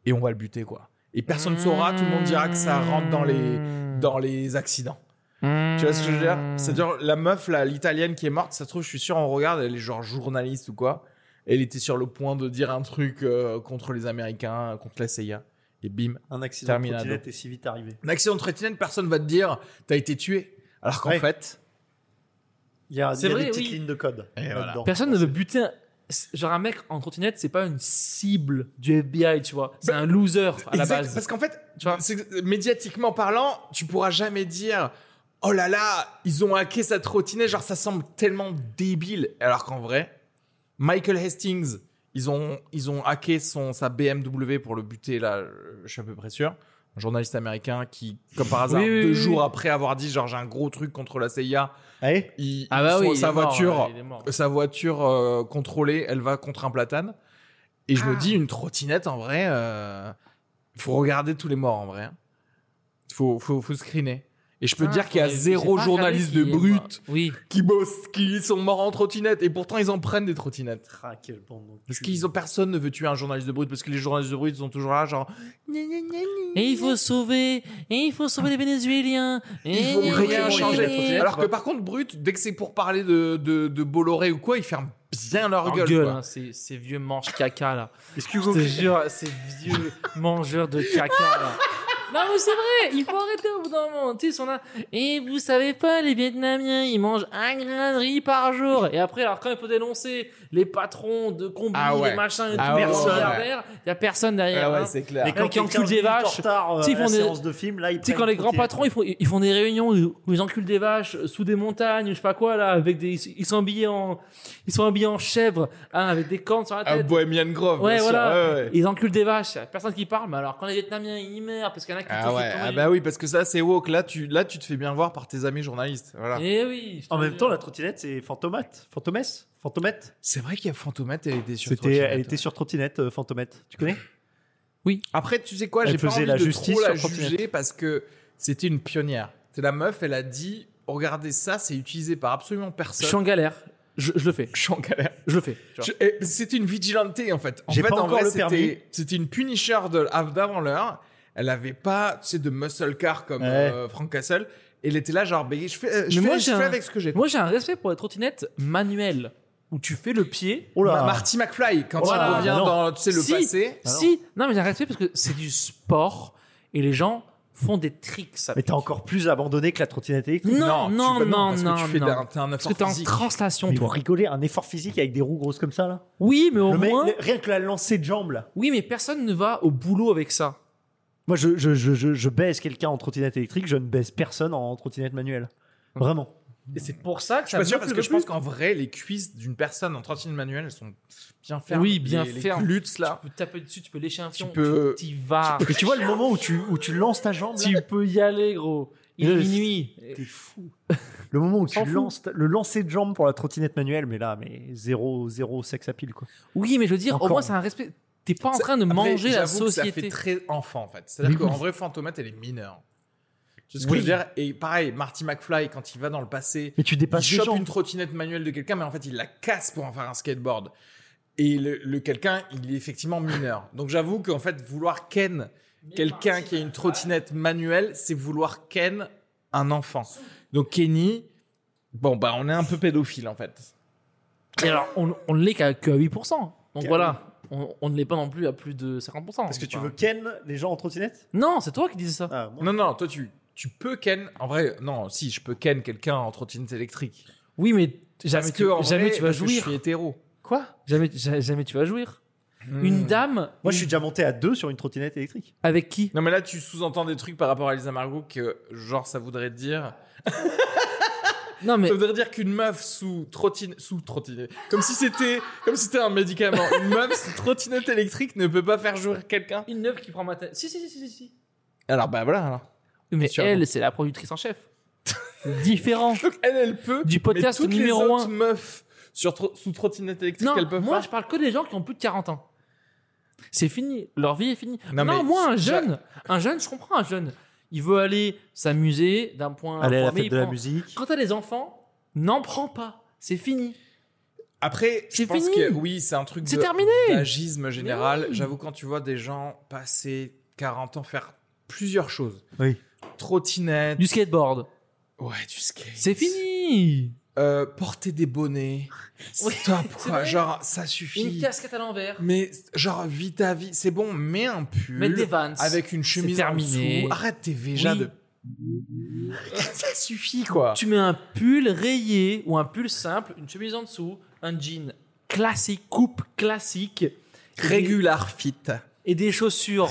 et on va le buter quoi. Et personne ne saura, tout le monde dira que ça rentre dans les dans les accidents. Hmm. Tu vois ce que je veux dire Mm. C'est-à-dire, la meuf, là, l'italienne qui est morte, ça se trouve, je suis sûr, on regarde, elle est genre journaliste ou quoi. Elle était sur le point de dire un truc euh, contre les Américains, contre la CIA. Et bim. Un accident de Terminado. trottinette est si vite arrivé. Un accident de trottinette, personne va te dire, t'as été tué. Alors qu'en Ouais. fait, Il y a, il C'est y a vrai, des petites oui. lignes de code. Et là-dedans. voilà. Personne ne veut buter un... Genre un mec en trottinette, c'est pas une cible du FBI, tu vois. C'est Bah, un loser à la Exact, base. Parce qu'en fait, Tu vois c'est- médiatiquement parlant, tu pourras jamais dire Oh là là, ils ont hacké sa trottinette, genre ça semble tellement débile. Alors qu'en vrai, Michael Hastings, ils ont, ils ont hacké son, sa BMW pour le buter, là, euh, je suis à peu près sûr. Un journaliste américain qui, comme par hasard, Oui, oui, deux oui, jours oui. après avoir dit genre j'ai un gros truc contre la CIA, Allez, il, Ah bah son- oui, il sa est mort, voiture, ouais, il est mort. sa voiture euh, contrôlée, elle va contre un platane. Et Ah. je me dis, une trottinette, en vrai, il faut regarder tous les morts, en vrai. Il faut, faut, faut screener. Et je peux te dire qu'il y a Ah, J'ai- j'ai zéro pas journaliste de regardé qui est mort. brut Oui. qui bosse, qui sont morts en trottinette. Et pourtant, ils en prennent des trottinettes. Ah, quel bande d'enculés. Parce qu'ils ont personne ne veut tuer un journaliste de brut parce que les journalistes de brut sont toujours là, genre. Et il faut sauver, et il faut sauver les Vénézuéliens. Ils vont rien changer. Alors, Alors que par contre, brut, dès que c'est pour parler de, de, de Bolloré ou quoi, ils ferment bien leur leur gueule. gueule, quoi. hein, ces, ces vieux manches caca là. Est-ce que Je vous te jure, ces [laughs] vieux mangeurs de caca là. Non mais c'est vrai, il faut arrêter au bout d'un moment. Tu sais, ils sont là. Et vous savez pas, les Vietnamiens, ils mangent un grain de riz par jour. Et après, alors quand il faut dénoncer les patrons de combi, Ah ouais. les machins, et Ah tout, ouais, les ouais, milliardaires, il y a personne derrière. Ah hein. ouais, c'est clair. Mais Hein, quand qui ils enculent des vaches. retard, Tu sais, ils ils font font des- séance de film, là, ils Tu sais, quand prennent les grands trottinette. patrons, ils font, ils font des réunions où, où ils enculent des vaches euh, sous des montagnes, ou je sais pas quoi, là, avec des, ils sont habillés en, ils sont habillés en chèvre, hein, avec des cornes sur la Ah, tête. Bohemian Grove, Ouais, bien sûr. voilà. Ouais, ouais. Ils enculent des vaches, y a personne qui parle, mais alors quand les Vietnamiens ils meurent, parce qu'il y en a qui Ah touchent ouais, le ah temps, bah oui, parce que ça c'est woke. Là tu, là, tu te fais bien voir par tes amis journalistes. Voilà. ils- Eh oui. je te En même jure. temps, la trottinette, c'est fantomate. Fantomesse Fantomette C'est vrai qu'il y a Fantomette, elle était sur C'était, trottinette. Elle était sur trottinette, euh, Fantomette. Tu connais Oui. Après, tu sais quoi, Elle j'ai pas faisait envie la de justice trop la sur Trottinette. juger parce que c'était une pionnière. C'est la meuf, elle a dit, regardez ça, c'est utilisé par absolument Je suis personne. en galère. Je, je le fais. Je suis en galère. Je le fais. Je- et C'était une vigilante en fait. En J'ai fait, pas en encore vrai, le c'était- permis. C'était une punisher de- av- d'avant l'heure. Elle avait pas, tu sais, de muscle car comme Ouais. euh, Frank Castle. Et elle était là, genre, bégaye, je fais, euh, je Mais moi, fais, je j'ai fais un- avec ce que j'ai. Moi, j'ai un respect pour les trottinettes manuelles où tu fais le pied. Oh là. Marty McFly, quand Voilà, il revient bah non. dans, tu sais, le Si. passé. Ah non. si, non, mais j'ai un respect parce que c'est du sport et les gens font des tricks. avec. Mais t'es encore plus abandonné que la trottinette électrique. Non, tu- non, bah non, parce non, que tu fais non. d'un- t'es un Parce effort que t'es en physique. translation, Mais vous toi. rigolez, un effort physique avec des roues grosses comme ça là Oui, mais au Le mec- moins. le- Rien que la lancer de jambes là. Oui, mais personne ne va au boulot avec ça. Moi je, je, je, je, je baise quelqu'un en trottinette électrique, je ne baise personne en trottinette manuelle. Mmh. Vraiment. Et c'est Pour ça que Je suis pas sûr parce que je pense qu'en vrai, les cuisses d'une personne en trottinette manuelle, elles sont bien fermes. Oui, bien les, fermes. Les glutes, là. Tu peux taper dessus, tu peux lécher un Tu fion, tu peux- t'y vas. Parce que tu vois le moment où tu, où tu lances ta jambe là, [laughs] tu peux y aller, gros. Il est Yes. minuit. T'es fou. Le moment où tu S'en fout. lances ta- le lancer de jambe pour la trottinette manuelle, mais là, mais zéro, zéro sex appeal quoi. Oui, mais je veux dire, au Encore. moins, c'est un respect. T'es pas en train de Après, manger la j'avoue que Ça fait société. très enfant, en fait. C'est-à-dire Oui. qu'en vrai, Fantomate, elle est mineure. Tu sais ce que Oui. je veux dire Et pareil, Marty McFly, quand il va dans le passé, Mais tu il dépasses les chope jambes. une trottinette manuelle de quelqu'un, mais en fait, il la casse pour en faire un skateboard. Et le, le quelqu'un, il est effectivement mineur. Donc j'avoue qu'en fait, vouloir ken quelqu'un qui a une trottinette manuelle, c'est vouloir ken un enfant. Donc Kenny, bon, bah, on est un peu pédophile, en fait. Et alors, on, on ne l'est qu'à qu'à 8%. Donc voilà, on, on ne l'est pas non plus à plus de 50%. Parce que tu Enfin, veux ken les gens en trottinette Non, c'est toi qui disais ça. Ah, moi, Non, non, toi, tu, tu peux ken. En vrai, non, si, je peux ken quelqu'un en trottinette électrique. Oui, mais jamais, Parce tu, que, en jamais vrai, tu vas parce que jouir. Je suis hétéro. Quoi Jamais, ja- jamais tu vas jouir. Hmm. Une dame Moi, je suis déjà monté à deux sur une trottinette électrique. avec qui Non, mais là, tu sous-entends des trucs par rapport à Elisa Margot que, genre, ça voudrait dire. [laughs] Non, mais Ça voudrait dire qu'une meuf sous trottine. Sous trottine. Comme si c'était comme si c'était un médicament. Une meuf sous trottinette électrique ne peut pas faire jouer quelqu'un. une neuve qui prend ma tête. Si, si, si, si, si, si. Alors, bah voilà. alors. Mais Sûrement. elle, c'est la productrice en chef. C'est [laughs] Différent. Donc, elle, elle peut. Du podcast mais toutes les numéro autres 1. meufs sur tro- sous trottinette électrique, Non, elles peuvent moi pas. je parle que des gens qui ont plus de 40 ans. C'est fini, leur vie est finie. Non, Non, mais- moi un j'a- jeune, un jeune, je comprends un jeune. Il veut aller s'amuser d'un point Ah, à un Aller point à la B, il fête de la prend. musique. Quand t'as des enfants, n'en prends pas, c'est fini. Après, je C'est pense fini. que oui, c'est un truc C'est de- terminé. d'agisme général. Mais oui. J'avoue, quand tu vois des gens passer 40 ans faire plusieurs choses. Oui. Trottinette. Du skateboard, Ouais, du skate. c'est fini. Euh, porter des bonnets. [laughs] Oui, Stop, c'est quoi. vrai. Genre, ça Une suffit. casquette à l'envers, Mais, genre, vis ta vie. C'est bon, mets un pull. mettre des vans. Avec une chemise C'est en terminé. dessous. Arrête tes véjas Oui. de... [laughs] ça suffit, quoi. Tu mets un pull rayé ou un pull simple, une chemise en dessous, un jean classique, coupe classique, et des- Regular fit. et des chaussures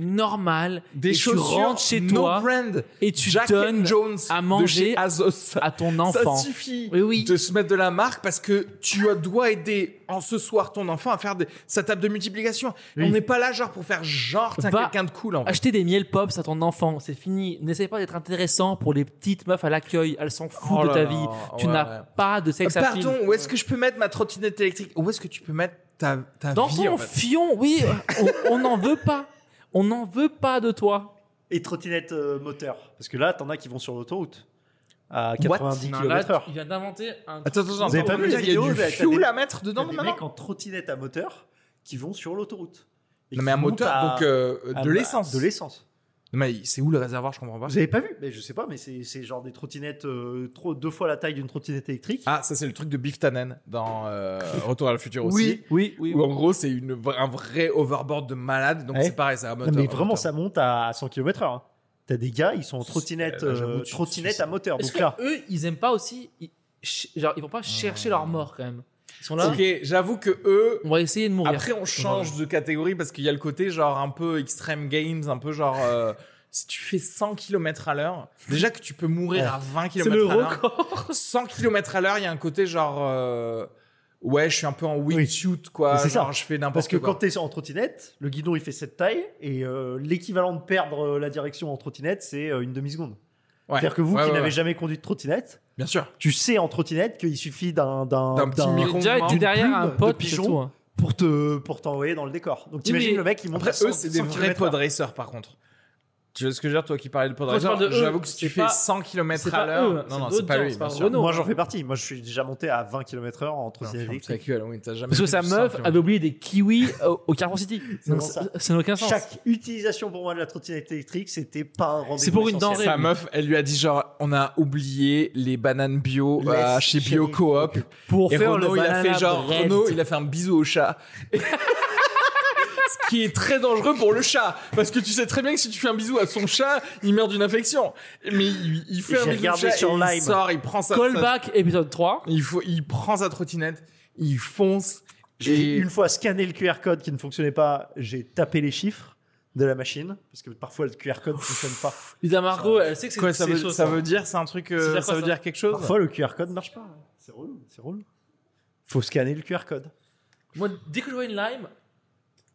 normales. Des et chaussures tu rentres chez no toi brand. et tu Jack and donnes Jones à de manger chez Azos. à ton Ça enfant. suffit Oui, oui. de se mettre de la marque parce que tu dois aider en ce soir ton enfant à faire des- sa table de multiplication. Oui. On n'est pas là genre pour faire genre t'es Va- quelqu'un de cool en fait. Acheter des miel pops à ton enfant, c'est fini. N'essaye pas d'être intéressant pour les petites meufs à l'accueil. Elles s'en foutent Oh de là ta là, vie. tu ouais, n'as ouais. pas de sexe Euh, à Pardon, où est-ce que je peux mettre ma trottinette électrique Où est-ce que tu peux mettre ta, ta Dans vie ton en fait fion, oui, euh, on- on n'en veut pas. On n'en veut pas de toi. Et trottinette euh, moteur. Parce que là, t'en as qui vont sur l'autoroute à What 90 Non, là, km/h. tu- il vient d'inventer un. Attends, attends, attends. Vous avez pas attends, vu la Il y a vidéo, du t'as- t'as fioul des- à mettre dedans des maintenant mecs en trottinette à moteur qui vont sur l'autoroute. Et Non qui mais un montent moteur, à- donc euh, à- de l'essence. De l'essence. Non, mais c'est où le réservoir Je comprends pas. Vous avez pas vu Mais je sais pas, mais c'est c'est genre des trottinettes euh, trop- deux fois la taille d'une trottinette électrique. Ah, ça c'est le truc de Biff Tannen dans euh, Retour à le futur aussi. oui, oui, oui. Où en gros c'est une vra- un vrai overboard de malade, donc Ouais. c'est pareil, c'est un Non, moteur. mais un vraiment, euh, moteur. ça monte à 100 km/h. hein. T'as des gars, ils sont en trottinette, Euh, là, j'avoue, euh, tu- trottinette tu- à moteur. Est-ce Donc que là, eux, ils aiment pas aussi. Ils, ch- genre, ils vont pas chercher leur mort quand même. Ils sont là. Ok, j'avoue que eux, On va essayer de mourir. Après, on change de catégorie parce qu'il y a le côté genre un peu extreme games, un peu genre euh, si tu fais 100 km à l'heure, déjà que tu peux mourir Ouais. à 20 c'est km le à l'heure. record. 100 km à l'heure, il y a un côté genre euh, ouais, je suis un peu en wingsuit quoi, Mais c'est ça. genre je fais n'importe parce que quoi. quand t'es en trottinette, le guidon il fait cette taille et euh, l'équivalent de perdre euh, la direction en trottinette, c'est euh, une demi-seconde. Ouais. C'est-à-dire que vous Ouais, qui ouais, n'avez ouais. jamais conduit de trottinette, bien sûr. tu sais en trottinette qu'il suffit d'un. D'un petit micro. Déjà, D'une derrière plume un de pote, c'est pigeon. tout. hein. pour te pour t'envoyer dans le décor. Donc t'imagines mais- le mec il monte Après, à 100, eux, c'est des 100 vrais kilomètres pod heure. racers, par contre. Tu vois ce que je veux dire, toi qui parlais de pod Quand je racer, parle de eux, j'avoue que si tu c'est fais pas- 100 c'est km pas à eux, l'heure. c'est Non, non, d'autres c'est pas gens, lui, c'est pas bien sûr. Renault. Moi j'en fais partie. Moi je suis déjà monté à 20 km heure en Non, trottinette c'est électrique. avec eux, alors oui, t'as jamais Parce que fait sa du meuf 100 km. avait oublié des kiwis euh, au, au Carrefour City. C'est Donc, bon, ça ça. ça n'a aucun sens. Chaque utilisation pour moi de la trottinette électrique, c'était pas un rendez-vous. C'est pour une essentiel. denrée. Sa meuf, elle lui a dit genre, on a oublié les bananes bio Laisse, euh, chez chérie. Bio Coop. Pour Et faire Renaud, le il a fait banana genre, bread. Renaud, il a fait un bisou au chat. Et- [laughs] Ce qui est très dangereux pour le chat. Parce que tu sais très bien que si tu fais un bisou à son chat, il meurt d'une infection. Mais il, il fait J'ai un bisou au regardé chat sur et il Lime. sort, il prend sa, sa- Callback épisode 3. il, faut, il prend sa trottinette, il fonce. J'ai Et une fois scanné le QR code qui ne fonctionnait pas, j'ai tapé les chiffres de la machine parce que parfois le QR code ne fonctionne [laughs] pas. Lisa Margot, elle sait que c'est quoi, ça c'est veut, chaud, ça veut dire, c'est un truc, euh, C'est-à-dire quoi, ça veut ça dire quelque chose? Parfois le QR code marche pas. C'est relou, c'est relou. Faut scanner le QR code. Moi, dès que je vois une lime,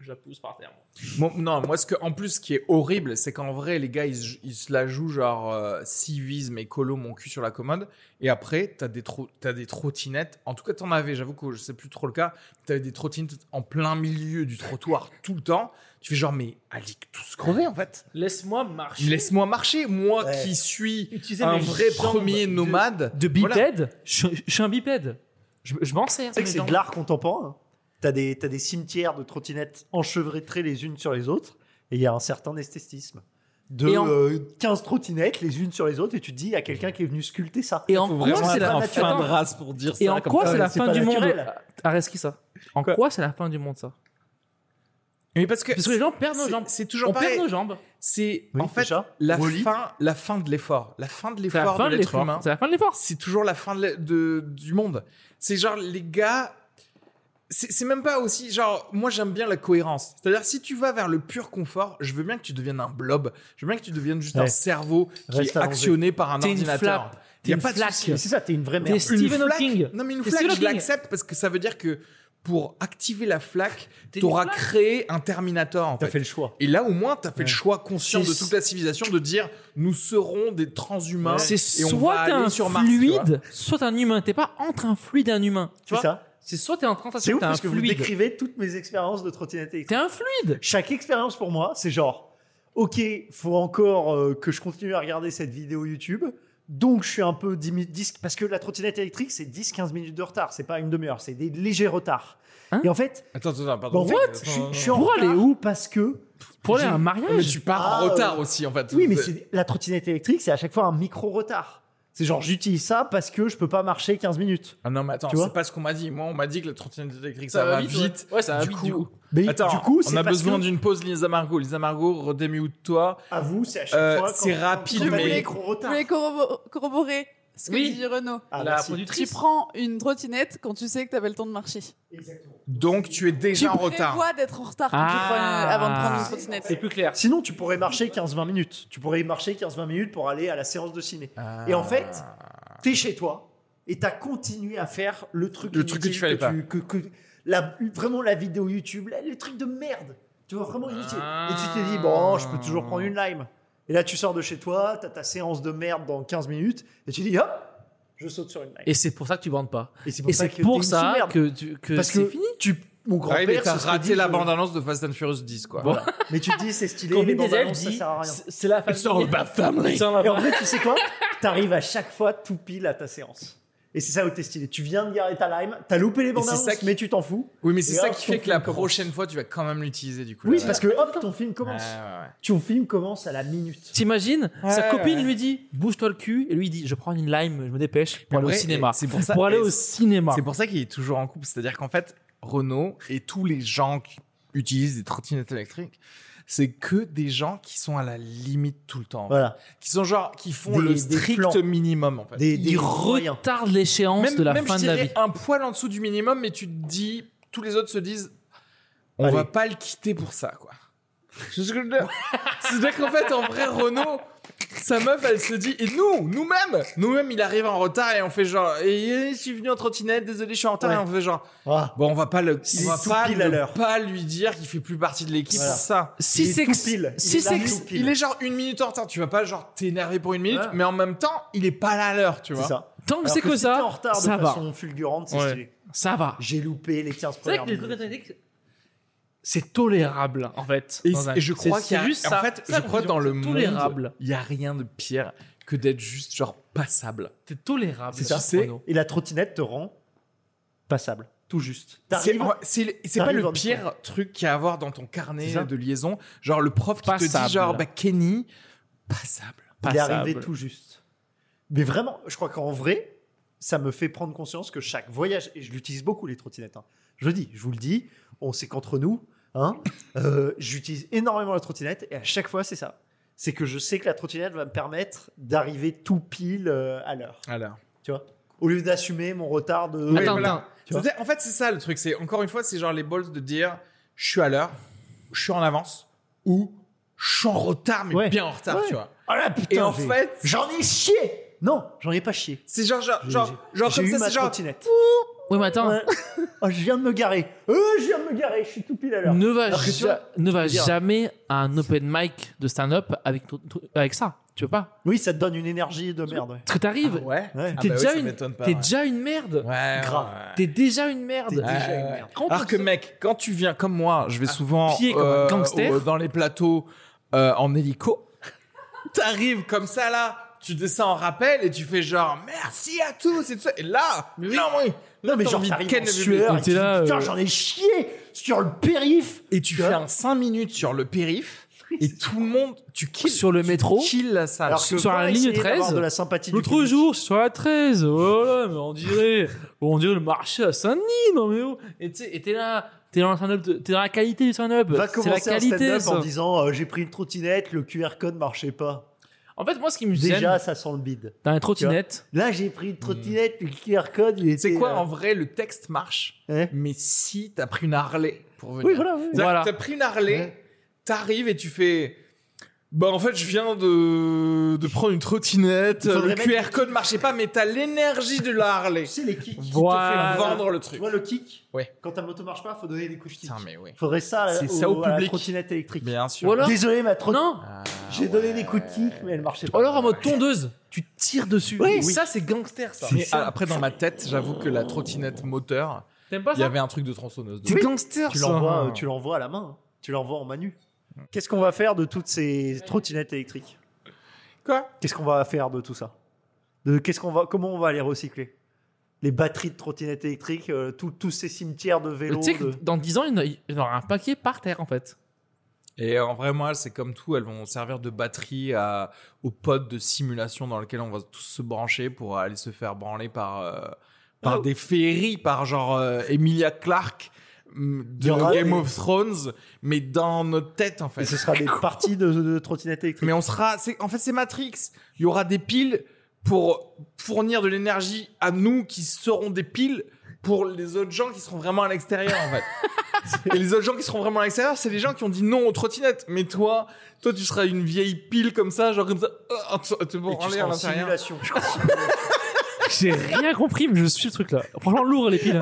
je la pousse par terre. Moi- non, moi, ce que, en plus, ce qui est horrible, c'est qu'en vrai, les gars, ils, se- ils se la jouent genre euh, civisme et colo, mon cul sur la commode. Et après, t'as des, tro- t'as des trottinettes. En tout cas, t'en avais, j'avoue que je sais plus trop le cas. T'avais des trottinettes en plein milieu du trottoir tout le temps. Tu fais genre, mais allez, tous crever en fait. Bah, Laisse-moi marcher. Laisse-moi marcher. Moi Ouais. qui suis Utiliser un mes vrai jambes premier de- nomade. De bipède je, je suis un bipède. Je, je m'en sers. Tu sais que mes c'est jambes. de l'art contemporain. hein. T'as des, t'as des cimetières de trottinettes enchevêtrées les unes sur les autres, et il y a un certain esthétisme. De Et en- euh, 15 trottinettes les unes sur les autres, et tu te dis, il y a quelqu'un qui est venu sculpter ça. Et en Faut quoi vraiment c'est être la en fin de Attends. race pour dire Et ça. en comme quoi ça. c'est la c'est fin pas du monde naturel. Areski ça. En Quoi quoi, c'est la fin du monde ça Mais parce que Parce que les gens perdent nos c'est- jambes. c'est On toujours perd pareil. nos jambes. C'est Oui, en fait déjà. la Wall-E. fin, la fin de l'effort, la fin de C'est la l'effort fin de de l'être humain. l'effort. C'est la fin de l'effort. c'est toujours la fin de la- de- du monde. C'est genre, les gars, c'est c'est même pas aussi. Genre, moi, j'aime bien la cohérence. C'est-à-dire, si tu vas vers le pur confort, je veux bien que tu deviennes un blob. Je veux bien que tu deviennes juste un Ouais. cerveau qui Reste est allongé. actionné par un T'es une ordinateur. flaque. Il T'es a une pas de flaque. souci. Mais c'est ça, t'es une vraie T'es merde. Stephen flaque- Hawking. Non, mais une T'es flaque, Stephen je Hawking. l'accepte parce que ça veut dire que pour activer la flaque, T'es une t'auras flaque. créé un Terminator, en T'as fait. fait le choix. Et là, au moins, t'as fait le Ouais. choix conscient de C'est- toute la civilisation de dire nous serons des transhumains. C'est et on va soit aller un sur Mars, tu vois. fluide, soit un humain. T'es pas entre un fluide et un humain. Tu C'est vois ça. C'est soit t'es en train de C'est ouf t'es un parce que vous fluide. décrivez toutes mes expériences de trottinette électrique. T'es un fluide. Chaque expérience pour moi, c'est genre, ok, faut encore euh, que je continue à regarder cette vidéo YouTube. Donc, je suis un peu 10 minutes, 10 parce que la trottinette électrique, c'est 10-15 minutes de retard. C'est pas une demi-heure, c'est des légers retards. Hein Et en fait, Attends, attends, attends, pardon. Bon, Fais- what je, suis- je suis en Pour aller retard où parce que Pour aller J'ai- à un Mais mariage. tu pars en Ah, retard euh, aussi, en fait. oui, mais c'est- la trottinette électrique, c'est à chaque fois un micro retard. C'est genre j'utilise ça parce que je peux pas marcher 15 minutes. Ah non, mais attends, Tu c'est vois pas ce qu'on m'a dit. Moi, on m'a dit que la trottinette électrique, ça, va, vite. ouais. Ouais, ça va Du vite coup- du coup. Mais Attends, du coup, on c'est a parce besoin que, d'une pause, Lisa Margot. Lisa Margot, redémute-toi. à vous, c'est à chaque Euh, fois quand- c'est quand- rapide, quand on a mais- des micro Je retard. voulais corrobo- corroborer ce que Oui. dit Renaud. Ah, La merci. Tu productrice. prends une trottinette quand tu sais que t'avais le temps de marcher. Exactement. Donc, tu es déjà en retard. prévois d'être en retard quand tu Ah. prends une- avant de prendre une trottinette. C'est plus clair. Sinon, tu pourrais marcher 15-20 minutes. Tu pourrais marcher 15-20 minutes pour aller à la séance de ciné. Et en fait, t'es chez toi et t'as continué à faire le truc, Le truc que inutile tu fallais pas. que- que- la- vraiment la vidéo YouTube, la- le truc de merde. Tu vois, vraiment inutile. Et tu t'es dit, bon, je peux toujours prendre une lime. Et là, tu sors de chez toi, t'as ta séance de merde dans 15 minutes et tu dis, hop, je saute sur une lime. Et c'est pour ça que tu bandes pas. Et c'est Et c'est que pour t'es une ça sous-merde. que tu que Parce c'est que fini. tu, mon Ouais, grand-père, mais t'as se serait raté dit, la je- bande-annonce de Fast and Furious 10, quoi. Bon. Mais tu te dis, c'est stylé, Quand les Vin Diesel bandes-annonces, ça dit, sert à rien. c'est c'est la famille. It's all about family. C'est la Et en famille. vrai, tu sais quoi T'arrives à chaque fois tout pile à ta séance. Et c'est ça où t'es stylé. Tu viens de garer ta lime, t'as loupé les bandes c'est ça annonces, qui- mais tu t'en fous. Oui, mais c'est Et ça hop, qui ton fait que la film commence. prochaine fois, tu vas quand même l'utiliser, du coup. Oui, là. parce que hop, ton film commence. Ouais, ouais, ouais. Ton film commence à la minute. T'imagines Sa Ouais, copine ouais. lui dit bouge-toi le cul et lui il dit je prends une lime, je me dépêche pour En aller vrai, au cinéma. c'est [laughs] pour ça- aller et au cinéma. C'est pour ça qu'il est toujours en couple. C'est-à-dire qu'en fait, Renault et tous les gens qui utilisent des trottinettes électriques, c'est que des gens qui sont à la limite tout le temps. en fait. Voilà. Qui sont genre, qui font Des- le des strict plans. minimum, en fait. Des, des Il moyens. retarde l'échéance même de la même, fin je de la dirais, vie. un poil en dessous du minimum, mais tu te dis, tous les autres se disent, on Allez. va pas le quitter pour ça, quoi. C'est ce que je veux dire. [laughs] C'est-à-dire qu'en fait, en vrai, Renault, sa meuf, elle se dit, et nous, nous-mêmes, nous-mêmes, il arrive en retard et on fait genre, et je suis venu en trottinette, désolé, je suis en retard, Ouais. et on fait genre, Ah, Bon, on va pas le, Il on va est tout pas, pile à ne l'heure. pas lui dire qu'il fait plus partie de l'équipe Voilà. pour ça. il Si est c'est tout que- pile. si Il est c'est là que- tout pile. Il est genre une minute en retard. Tu vas pas genre t'énerver pour une minute, Voilà. mais en même temps, il est pas là à l'heure, tu c'est vois. ça. tant que Alors c'est que si t'es en ça, retard de ça va. façon fulgurante, c'est Ouais. stylé. Ça va. J'ai loupé les 15 C'est premières vrai que les trucs minutes. internet, c'est tolérable en fait. Et, dans un- et je c'est- crois qu'il y a, c'est juste en ça. fait, Ça, je crois dans le c'est monde, tolérable. il y a rien de pire que d'être juste genre passable. C'est tolérable. C'est sur ça, c'est- Chrono. Et la trottinette te rend passable. Tout juste. C'est T'arrives- ouais, c'est le- c'est pas t'arrives le en pire truc qu'il y a à avoir dans ton C'est carnet ça. de liaison. Genre le prof qui te Passable. dit genre bah, Kenny, passable. Il est Passable. arrivé tout juste. Mais vraiment, je crois qu'en vrai, ça me fait prendre conscience que chaque voyage, et je l'utilise beaucoup les trottinettes, hein. je le dis, je vous le dis, on sait qu'entre nous, hein, euh, j'utilise énormément la trottinette et à chaque fois c'est ça. C'est que je sais que la trottinette va me permettre d'arriver tout pile euh, à l'heure. Alors. Tu vois Au lieu d'assumer mon retard de. Oui, Attends, voilà. attends. Tu vois C'est- En fait, c'est ça le truc. C'est encore une fois, c'est genre les balls de dire je suis à l'heure, je suis en avance ou je suis en retard mais Ouais. bien en retard, Ouais. tu vois. Ah là, putain, Et en j'ai- fait, J'en ai chié Non, j'en ai pas chié. c'est genre genre J'ai- genre, genre j'ai comme eu ça, ma c'est genre trottinette. Oui, mais attends. Ouais. Oh, je viens de me garer. Euh, je viens de me garer, je suis tout pile à l'heure. Ne va, Alors ja- que tu vois, ne va je veux dire- jamais à un open mic de stand-up avec, ton- ton- avec ça. Tu veux pas Oui, ça te donne une énergie de merde. ouais. Parce que t'arrives, ouais. Ouais. Ah bah t'es oui, déjà ça une- m'étonne pas, t'es ouais. déjà une merde. Ouais, Grave. ouais, ouais. T'es déjà une merde. T'es déjà Ouais, une ouais. merde. Quand Alors tu- que mec, quand tu viens comme moi, je vais souvent pied Ah, comme un euh, gangster. au- dans les plateaux euh, en hélico. [laughs] T'arrives comme ça là, tu descends en rappel et tu fais genre merci à tous et tout ça. Et là, Mais oui. non oui, Non, mais T'as genre, envie de t'arrives ken en le bébé. sueur Et et t'es tu là, dis, putain, euh, j'en ai chié sur le périph. et tu Tu fais vois un 5 minutes sur le périph et tout le monde, tu kills Sur le tu métro. kills la salle. Alors que sur la va ligne essayer d'avoir 13, de la sympathie du L'autre public. jour, je suis sur la 13, voilà, mais on dirait, on dirait le marché à Saint-Denis, non mais oh. Et tu sais, et t'es là, t'es dans, le stand-up de- t'es dans la qualité du stand-up. Va C'est la commencer un qualité. stand-up ça. en disant euh, j'ai pris une trottinette, le QR code marchait pas. En fait, moi, ce qui me gêne Déjà, ça sent le bide. dans les trottinettes, Là, j'ai pris une trottinette, le QR code, il était. C'est quoi euh, en vrai le texte marche, hein mais si t'as pris une Harley pour venir. Oui, voilà. oui. C'est-à-dire Voilà. que T'as pris une Harley, Ouais. t'arrives et tu fais. Bah en fait je viens de, de prendre une trottinette, le Faudrait mettre- QR code marchait pas mais t'as l'énergie de la Harley. Tu sais, les kicks. qui te Voilà. Fais fait vendre le Tu truc. vois le kick Ouais. Quand ta moto marche pas, faut donner des coups de kick. Putain mais oui. Faudrait ça, C'est euh, ça au à la public. trottinette électrique. Bien sûr. Ou alors- Désolé, ma trottinette. non. Ah, J'ai donné ouais. des coups de kick, mais elle marchait Ou pas. alors en mode tondeuse, tu tires dessus. Oui, Et oui. Ça, c'est gangster, ça. Mais ah, après dans ma tête j'avoue que la trottinette moteur, T'aimes pas il y ça avait un truc de tronçonneuse. C'est dedans. gangster, tu ça. l'envoies, euh, tu l'envoies à la main. hein. Tu l'envoies en manu. Qu'est-ce qu'on va faire de toutes ces trottinettes électriques Quoi Qu'est-ce qu'on va faire de tout ça De qu'est-ce qu'on va, comment on va les recycler Les batteries de trottinettes électriques, euh, tout- tous ces cimetières de Tu vélos. sais que de- dans 10 ans, il y en a- il y en aura un paquet par terre, en fait. Et en vrai, moi, c'est comme tout, elles vont servir de batterie à, aux pods de simulation dans lequel on va tous se brancher pour aller se faire branler par, euh, Ah. par des féeries, par genre euh, Emilia Clarke hum, Il y de aura Game des- of Thrones, mais dans notre tête, en Et fait. ce sera des parties de, de trottinettes électriques. Mais on sera, c'est, en fait, c'est Matrix. Il y aura des piles pour fournir de l'énergie à nous qui seront des piles pour les autres gens qui seront vraiment à l'extérieur, en fait. [laughs] Et les autres gens qui seront vraiment à l'extérieur, c'est les gens qui ont dit non aux trottinettes. Mais toi, toi, tu seras une vieille pile comme ça, genre comme ça, euh, en te- te Et tu branler seras à en l'intérieur. simulation. je [laughs] crois. J'ai rien compris, mais je suis le truc là. Franchement, lourd les piles.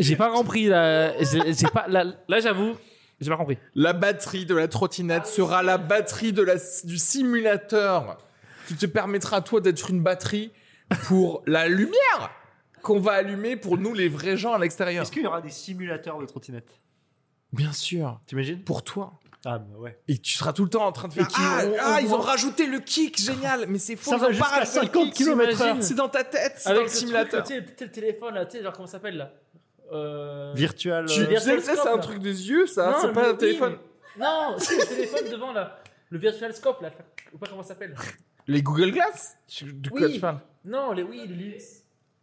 J'ai pas compris là. J'ai j'ai pas, là, là, j'avoue, j'ai pas compris. La batterie de la trottinette Ah, sera la batterie de la, du simulateur qui te permettra, toi, d'être une batterie pour la lumière qu'on va allumer pour nous, les vrais gens à l'extérieur. Est-ce qu'il y aura des simulateurs de trottinettes Bien sûr. T'imagines Pour toi. Ah mais ouais. Et tu seras tout le temps en train de Et faire qui Ah, ont- ah, ont- ils ont rajouté le kick, génial Mais c'est faux, Ça ils va ont pas jusqu'à rajouté le 50 kick, kilomètres t'imagines heure. C'est dans ta tête, c'est dans Avec le le simulateur. simulateur. Tu sais, le- tu sais, le téléphone là, tu sais, genre comment ça s'appelle là euh... Virtual. Tu euh, tu sais, ça, Virtual c'est un scope, truc des yeux, ça, Non, c'est le- pas un oui, téléphone. mais- Non, c'est le téléphone devant là. Le virtual scope là, ou pas comment ça s'appelle. Les Google Glass Tu- De quoi Oui. tu parles Non, les oui, les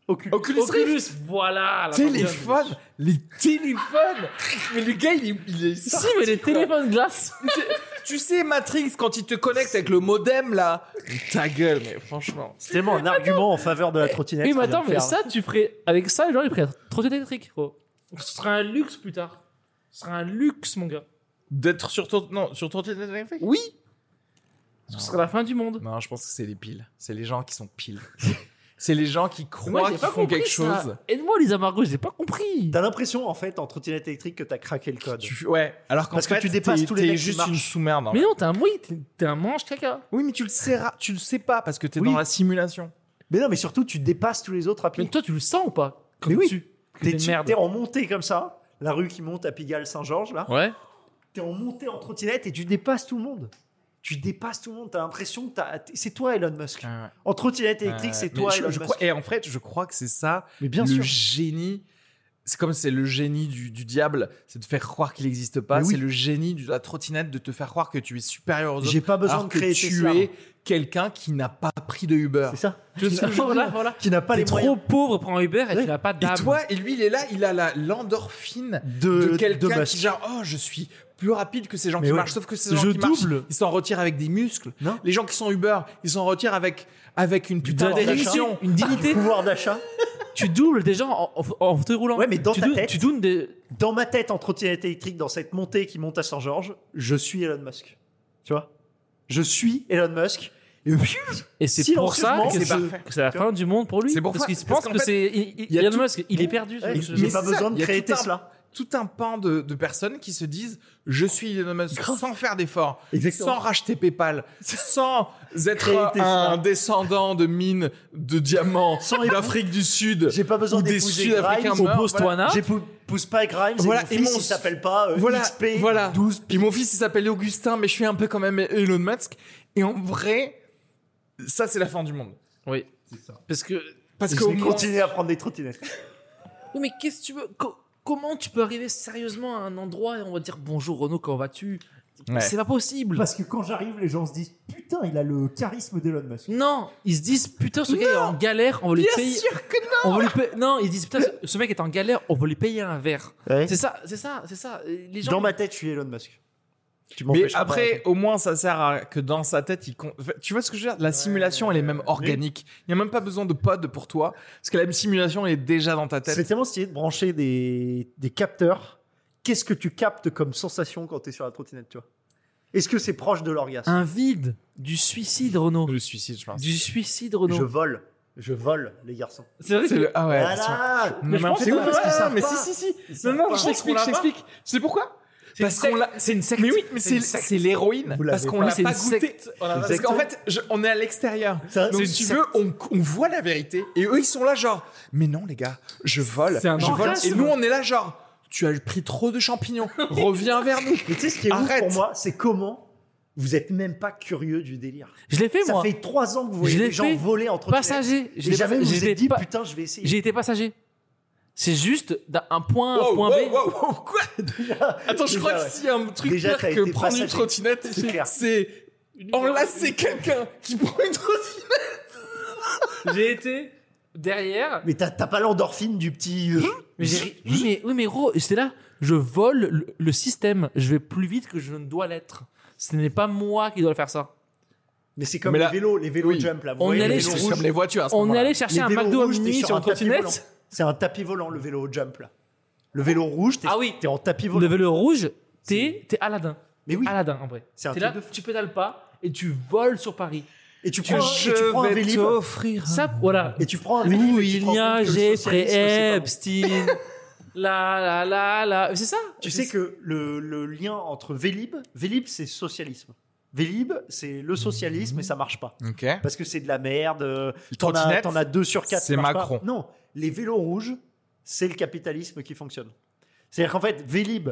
Oculus. Oculus Rift voilà. Ah, la première. Téléphone Les téléphones Mais le gars, il est, il est Si, sorti, mais les quoi. téléphones glace. Tu sais, Matrix, quand il te connecte avec le modem, là, ta gueule, mais franchement... C'est tellement un argument en faveur de la trottinette. Oui, mais qu'on vient attends, de mais faire. ça, tu ferais. Avec ça, les gens, ils feraient trottinette électrique, gros. Ce sera un luxe plus tard. Ce sera un luxe, mon gars. D'être sur ton... Non, sur ton téléphone Oui Ce sera la fin du monde. Non, je pense que c'est les piles. C'est les gens qui sont [laughs] piles. c'est les gens qui Moi, croient j'ai qu'ils pas font compris quelque ça. chose. Aide-moi, Lisa Margot, j'ai pas compris. T'as l'impression en fait en trottinette électrique que t'as craqué le code. Tu- ouais. Alors qu'en Parce que fait, tu dépasses t'es- tous les t'es mecs qui juste marchent. une hein. sous-merde. en Mais fait. non, t'es un oui, t'es- t'es un manche caca. Oui, mais tu le sais, ra- tu le sais pas parce que t'es Oui. dans la simulation. Mais non, mais surtout tu dépasses tous les autres Mais applis. toi, tu le sens ou pas comme Mais oui. dessus. Que T'es t'es une tu- merde. t'es en montée comme ça, la rue qui monte à Pigalle-Saint-Georges, là. Ouais. T'es en montée en trottinette et tu dépasses tout le monde. Tu dépasses tout le monde. T'as l'impression que t'as- c'est toi, Elon Musk. Ah, En trottinette ouais. électrique, c'est Mais toi, je- Elon je Musk. crois- Et en fait, je crois que c'est ça Mais bien le sûr. génie. C'est comme c'est le génie du, du diable, c'est de faire croire qu'il n'existe pas. Mais oui. C'est le génie de la trottinette de te faire croire que tu es supérieur aux autres. J'ai pas besoin alors de créer que tu Tesla. es quelqu'un qui n'a pas pris de Uber. C'est ça. Je suis voilà, voilà. Qui n'a [laughs] pas T'es les trop moyens pauvre pour un Uber et Ouais. tu n'as pas Et d'âme. toi, et lui, il est là, il a la- l'endorphine de, de, de quelqu'un Musk. qui genre oh je suis plus rapide que ces gens Mais qui ouais. marchent sauf que ces gens je qui marchent double. ils s'en retirent avec des muscles Non. les gens qui sont Uber ils s'en retirent avec avec une putain pouvoir d'achat. d'érection Une dignité. Pouvoir d'achat. tu doubles des gens en, en, en fauteuil roulant. Ouais, mais dans tu ta doubles- tête- Tu doubles des. Dans ma tête, en trottinette électrique, dans cette montée qui monte à Saint-Georges, je suis Elon Musk. Tu vois Je suis Elon Musk. Et Et c'est pour ça Silencieusement, que c'est c'est parfait. que c'est la fin du monde pour lui. C'est pour Parce ça- qu'il se parce pense qu'en que fait, c'est. il- il- il y a Elon tout- Musk, il est perdu. Ouais, sur ce- je- j'ai mais pas c'est ça, besoin de il y a créer tout un- Tesla. [laughs] tout un pan de, de personnes qui se disent je suis Elon Musk Grave. sans faire d'efforts Exactement. sans racheter Paypal sans être Créer Tesla. un descendant de mines de diamants [laughs] Sans époux. d'Afrique du Sud J'ai pas besoin Ou des d'épouser Sud-Africains Grimes. Au meurt, Botswana, J'épouse pas Grimes. Voilà, et et mon fils, mon- il s'appelle pas euh, voilà, XP. voilà. Puis mon fils, il s'appelle Augustin, mais je suis un peu quand même Elon Musk. Et en vrai, ça, c'est la fin du monde. Oui. Parce que. Parce Je qu'au vais moins, continuer à prendre des trottinettes. Oui, mais qu'est-ce que tu veux co- Comment tu peux arriver sérieusement à un endroit et on va dire bonjour Renaud, comment vas-tu Ouais. C'est pas [laughs] possible. Parce que quand j'arrive, les gens se disent Putain, il a le charisme d'Elon Musk. Non, ils se disent putain ce gars est en galère, on va lui bien payer. sûr que non On va lui payer- Non, ils se disent putain ce- ce mec est en galère, on va lui payer un verre. C'est ça, c'est ça, c'est ça. Les gens. Dans ma tête, je suis Elon Musk. Tu Mais m'empêches pas. après, au moins, ça sert à que dans sa tête, il. con- Enfin, Tu vois ce que je veux dire La simulation, elle est même organique. Il n'y a même pas besoin de pod pour toi. Parce que la simulation, elle est déjà dans ta C'est tête. tellement stylé de brancher des, des capteurs. Qu'est-ce que tu captes comme sensation quand tu es sur la trottinette, tu vois Est-ce que c'est proche de l'orgasme Un vide du suicide Renaud. Le suicide, je pense. Du suicide Je Renaud. vole. Je vole, les garçons. C'est vrai C'est le- Ah ouais. tiens. voilà Non, Mais je en pense fait, que- ouais, parce qu'ils ouais, savent mais pas. si, si, si. savent Non, non, pas. je t'explique, Je je pense qu'on l'a t'explique. C'est pourquoi Parce qu'on l'a. C'est une secte. Mais oui, mais C'est c'est une secte. c'est l'héroïne. Vous l'avez Parce qu'on pas. l'a C'est pas une goûté. secte. Voilà, C'est Parce une qu'en secte. fait, je- on est à l'extérieur. Ça- Donc, une Ah, si tu secte. veux, on, on voit la vérité. Et eux, ils sont là, genre, mais non, les gars, je vole. C'est un je vole. orgasme. Et nous, on est là, genre, tu as pris trop de [laughs] champignons. Reviens vers nous. Mais tu sais, ce qui est ouf Arrête. pour moi, c'est comment vous êtes même pas curieux du délire. Je l'ai fait Ça moi. fait trois ans que Je vous voyez l'ai les gens fait. voler entre Passager. Je Et l'ai jamais pas- vous je vous l'ai êtes dit, pas- putain, je vais essayer. J'ai été passager. C'est juste d'un un point A à un Wow, point wow, B. wow, wow, quoi Attends, je déjà, crois que ouais. s'il y a un truc Déjà, pire t'as que été prendre une passager. trottinette, C'est clair. c'est enlacer quelqu'un qui prend une trottinette. J'ai été derrière. Mais t'as t'as pas l'endorphine du petit. euh, Hein Mais j'ai ri- oui, mais, oui, mais gros, j'étais là. Je vole le, le système. Je vais plus vite que je ne dois l'être. Ce n'est pas moi qui dois faire ça. Mais c'est comme Mais les là- vélos, les vélos oui. jump là. Vous On voyez, allait les chercher- vélos C'est rouges, comme les voitures à ce On est moment-là. allé chercher Les un vélos McDo à rouges, t'es minuit sur sur un une tapis volant. trottinette. C'est un tapis volant le vélo jump là. Le vélo rouge, t'es Ah oui. t'es en tapis Le volant. vélo rouge, t'es t'es Aladdin. Mais oui, Aladdin en vrai. c'est un T'es truc là, de fou. tu pédales pas et tu voles sur Paris. Et tu Que prends, et tu prends un vélib. t'offrir. Ça, voilà. Et tu prends un vélib. Où et tu te il rends y a compte que le Jeffrey socialisme, c'est pas bon. Epstein. [laughs] La la la la. C'est ça. Tu sais que le, le lien entre Vélib, Vélib c'est socialisme. Vélib c'est le socialisme et ça marche pas. Ok. Parce que c'est de la merde. euh, T'en as, Trottinette, t'en as deux sur quatre. c'est qui marchent pas. Macron. Non, les vélos rouges, c'est le capitalisme qui fonctionne. C'est-à-dire qu'en fait, Vélib,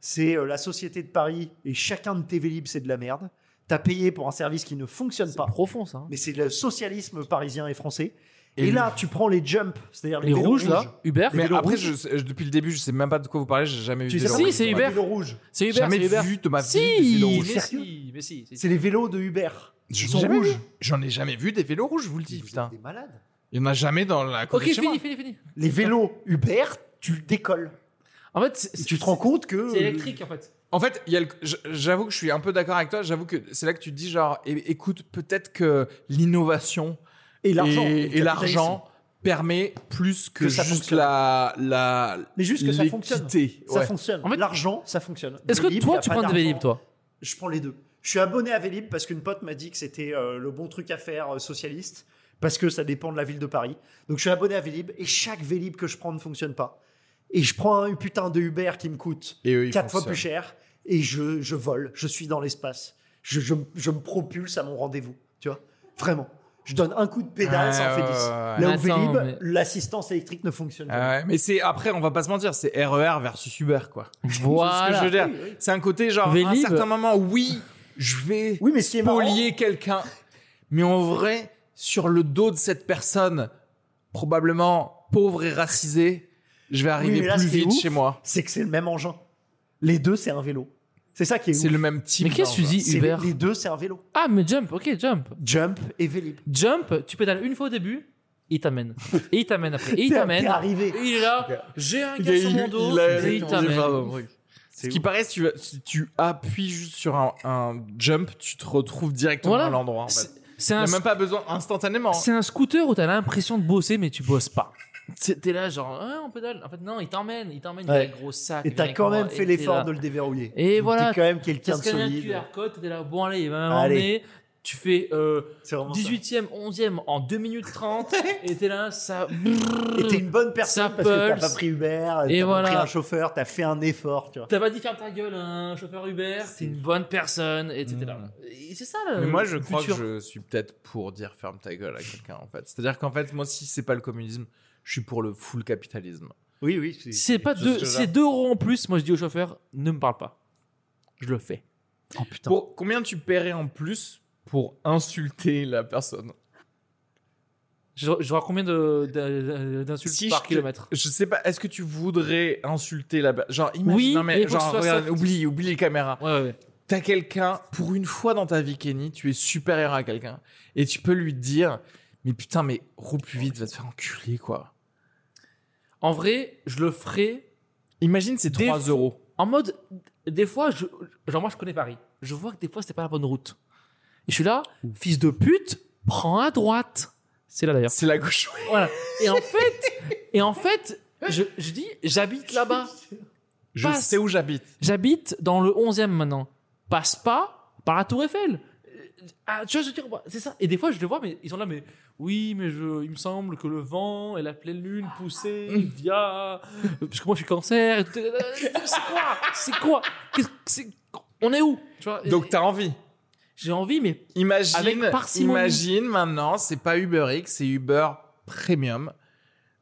c'est euh, la société de Paris et chacun de tes Vélib, c'est de la merde. T'as payé pour un service qui ne fonctionne C'est pas. profond ça. hein. Mais c'est le socialisme parisien et français. Et, Et là, tu prends les jumps, c'est-à-dire les, Les vélos rouges là, Uber. Mais vélos après, rouges. je sais- je- depuis le début, je sais même pas de quoi vous parlez. J'ai jamais Tu vu. sais de pas vélo. Si, c'est Les Uber. vélos rouges. C'est Uber. Jamais c'est Uber. vu de ma vie. de Si, vélo mais rouge. si, mais si, si. C'est les vélos de Uber. J'en Ils ai sont jamais rouges. vu. J'en ai jamais vu des vélos rouges, je vous le dis, Vous putain. êtes Des malades. Il y en a jamais dans la Ok, côté de chez moi. fini, fini, fini. Les vélos Uber, tu décolles. En fait, c'est- Et tu te rends compte que. C'est électrique en fait. En fait, il y a le- j- j'avoue que je suis un peu d'accord avec toi. J'avoue que c'est là que tu te dis genre, é- écoute, peut-être que l'innovation Et et- l'argent. le et, capitalisme. l'argent permet plus que, Que ça juste fonctionne. la la Mais juste que ça fonctionne. l'équité. Ça Ouais. fonctionne. En fait- L'argent, ça fonctionne. Est-ce que Vélib, y toi a tu pas prends des d'argent. Vélib [laughs] toi Je prends les deux. Je suis abonné à Vélib parce qu'une pote m'a dit que c'était euh, le bon truc à faire euh, socialiste, parce que ça dépend de la ville de Paris. Donc je suis abonné à Vélib et chaque Vélib que je prends ne fonctionne pas. Et je prends un putain de Uber qui me coûte Et eux, ils quatre fois fonctionnent. plus cher et je, je vole, je suis dans l'espace. Je, je- je me propulse à mon rendez-vous, tu vois Vraiment. je donne un coup de pédale, ça en fait 10. Ah, Ouais, Là Mais où attends, Vélib, mais- l'assistance électrique ne fonctionne pas. Ah ouais, mais c'est après, on va pas se mentir, c'est RER versus Uber quoi. [laughs] Voilà. C'est ce que je veux dire. C'est un côté genre à un Vélib. certain moment, oui, je vais Oui, mais ce qui est marrant, polier quelqu'un, mais en vrai, sur le dos de cette personne, probablement pauvre et racisée, je vais arriver mais là, plus ce qui est vite ouf, chez moi. c'est que c'est le même engin. Les deux, c'est un vélo. C'est ça qui est, C'est ouf. le même type. Mais qu'est-ce que tu genre, dis, C'est Uber les deux, c'est un vélo. Ah, mais jump, ok, jump. Jump et Vélib. Jump, tu pédales une fois au début, il t'amène. Et il t'amène après. Et il T'es- t'amène. Ah, T'es arrivé. Et Il est là, j'ai un gars sur mon dos, il a- et il t'amène. Ce qui paraît, si tu, si tu appuies juste sur un, un jump, tu te retrouves directement Voilà. à l'endroit. En C'est- fait. C'est Il un, n'y a même pas besoin instantanément. hein. c'est un scooter où t'as l'impression de bosser, mais tu bosses pas. C'est- T'es là, genre, Ah, on pédale. En fait, non, il t'emmène, il t'emmène, Ouais. il a un gros sac. Et t'as viens quand avec même moi, fait et t'es l'effort là. de le déverrouiller. Et voilà, T'es quand même t'as quelqu'un de scanné un solide. QR code, t'es là, bon, allez, il va Allez. m'emmener. Tu fais euh, C'est vraiment ça. 18ème, 11ème en 2 minutes [laughs] 30, et t'es là, ça. Et t'es une bonne personne Ça parce que t'as pulse. pas pris Uber, Et t'as voilà. pas pris un chauffeur, t'as fait un effort, tu vois. T'as pas dit ferme ta gueule à un chauffeur Uber, t'es une bonne personne, et t'étais là. Hmm. Mm. Et c'est ça le Mais moi, je le crois que futur. je suis peut-être pour dire ferme ta gueule à quelqu'un, en fait. C'est-à-dire qu'en fait, moi, si c'est pas le communisme, je suis pour le full capitalisme. Oui, oui. c'est- C'est pas je- deux, je- c'est deux euros en plus. Moi, je dis au chauffeur, ne me parle pas. Je le fais. Oh putain. Pour- combien tu paierais en plus pour insulter la personne Je, je vois combien de- de- de- d'insultes Si par je- kilomètre. Je sais pas, est-ce que tu voudrais insulter la... ba- Genre, imagine, Oui, non, mais mais faut que ce genre, soit regarde, soft. oublie, oublie les caméras. Ouais, ouais, ouais. T'as quelqu'un, pour une fois dans ta vie, Kenny, tu es supérieur à quelqu'un. Et tu peux lui dire, mais putain, mais roule plus vite, va te faire enculer, quoi. En vrai, je le ferai Imagine, c'est Des 3 fois- euros. en mode. Des fois, je, genre, moi, je connais Paris. Je vois que des fois, c'est pas la bonne route. Et je suis là, fils de pute, prends à droite. C'est là d'ailleurs. C'est la gauche. Voilà. Et en fait, et en fait je, je dis, j'habite là-bas. Je Passe. sais où j'habite. J'habite dans le 11e maintenant. Passe pas par la Tour Eiffel. Euh, Ah, tu vois, je veux dire, moi, c'est ça. Et des fois, je les vois, mais ils sont là, mais oui, mais je, il me semble que le vent et la pleine lune poussée via. euh, Parce que moi, je suis cancer. et tout. Euh, C'est quoi C'est quoi Qu'est-ce que c'est On est où tu vois Donc t'as envie. J'ai envie, mais Avec Imagine, parcimonie. imagine maintenant, c'est pas Uber X, c'est Uber Premium.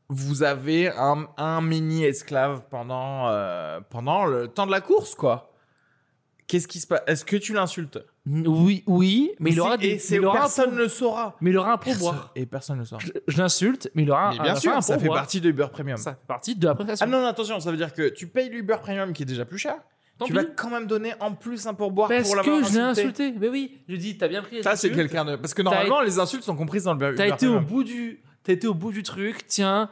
Vous avez un, un mini esclave pendant euh, pendant le temps de la course, quoi. Qu'est-ce qui se passe Est-ce que tu l'insultes oui, oui, mais il Si- aura et des. c'est- mais il aura un personne ne pour- le saura. mais il aura un pourboire. Et personne ne le saura. Je, je l'insulte, mais il aura Mais un- à bien la fin, sûr, un ça fait pourboire. partie de Uber Premium. Ça fait partie de la prestation. Ah non, non, attention, ça veut dire que tu payes l'Uber Premium qui est déjà plus cher. Tant tu pis. vas quand même donner en plus un pourboire Parce pour l'avoir que je l'ai insulté. insulté. Mais oui, je lui dis, t'as bien pris. les Ça, c'est insultes. quelqu'un de. Parce que normalement, les insultes sont comprises dans le Uber T'as été au Premium. bout du, t'as été au bout du truc. Tiens,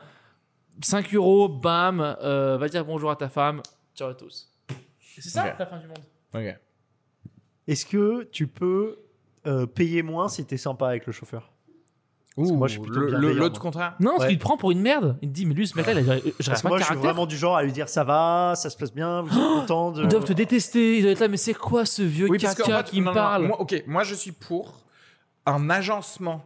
5 euros, bam. euh, va dire bonjour à ta femme. Ciao à tous. Et C'est ça Ok. la fin du monde. Ok. Est-ce que tu peux euh, payer moins si t'es sympa avec le chauffeur Parce que Ouh, moi, je suis plutôt le- bienveillant, le- moi. l'autre contraire. Non, parce Ouais. qu'il te prend pour une merde. Il te dit, mais lui, ce mec-là, il a, je Parce reste que pas de moi, je suis caractère. Oh vraiment du genre à lui dire ça va, ça se passe bien, vous êtes content de. Ils doivent te détester. Ils doivent être là, mais c'est quoi ce vieux qu'en caca fait, qui non, me non, non, parle Moi, ok, moi je suis pour un agencement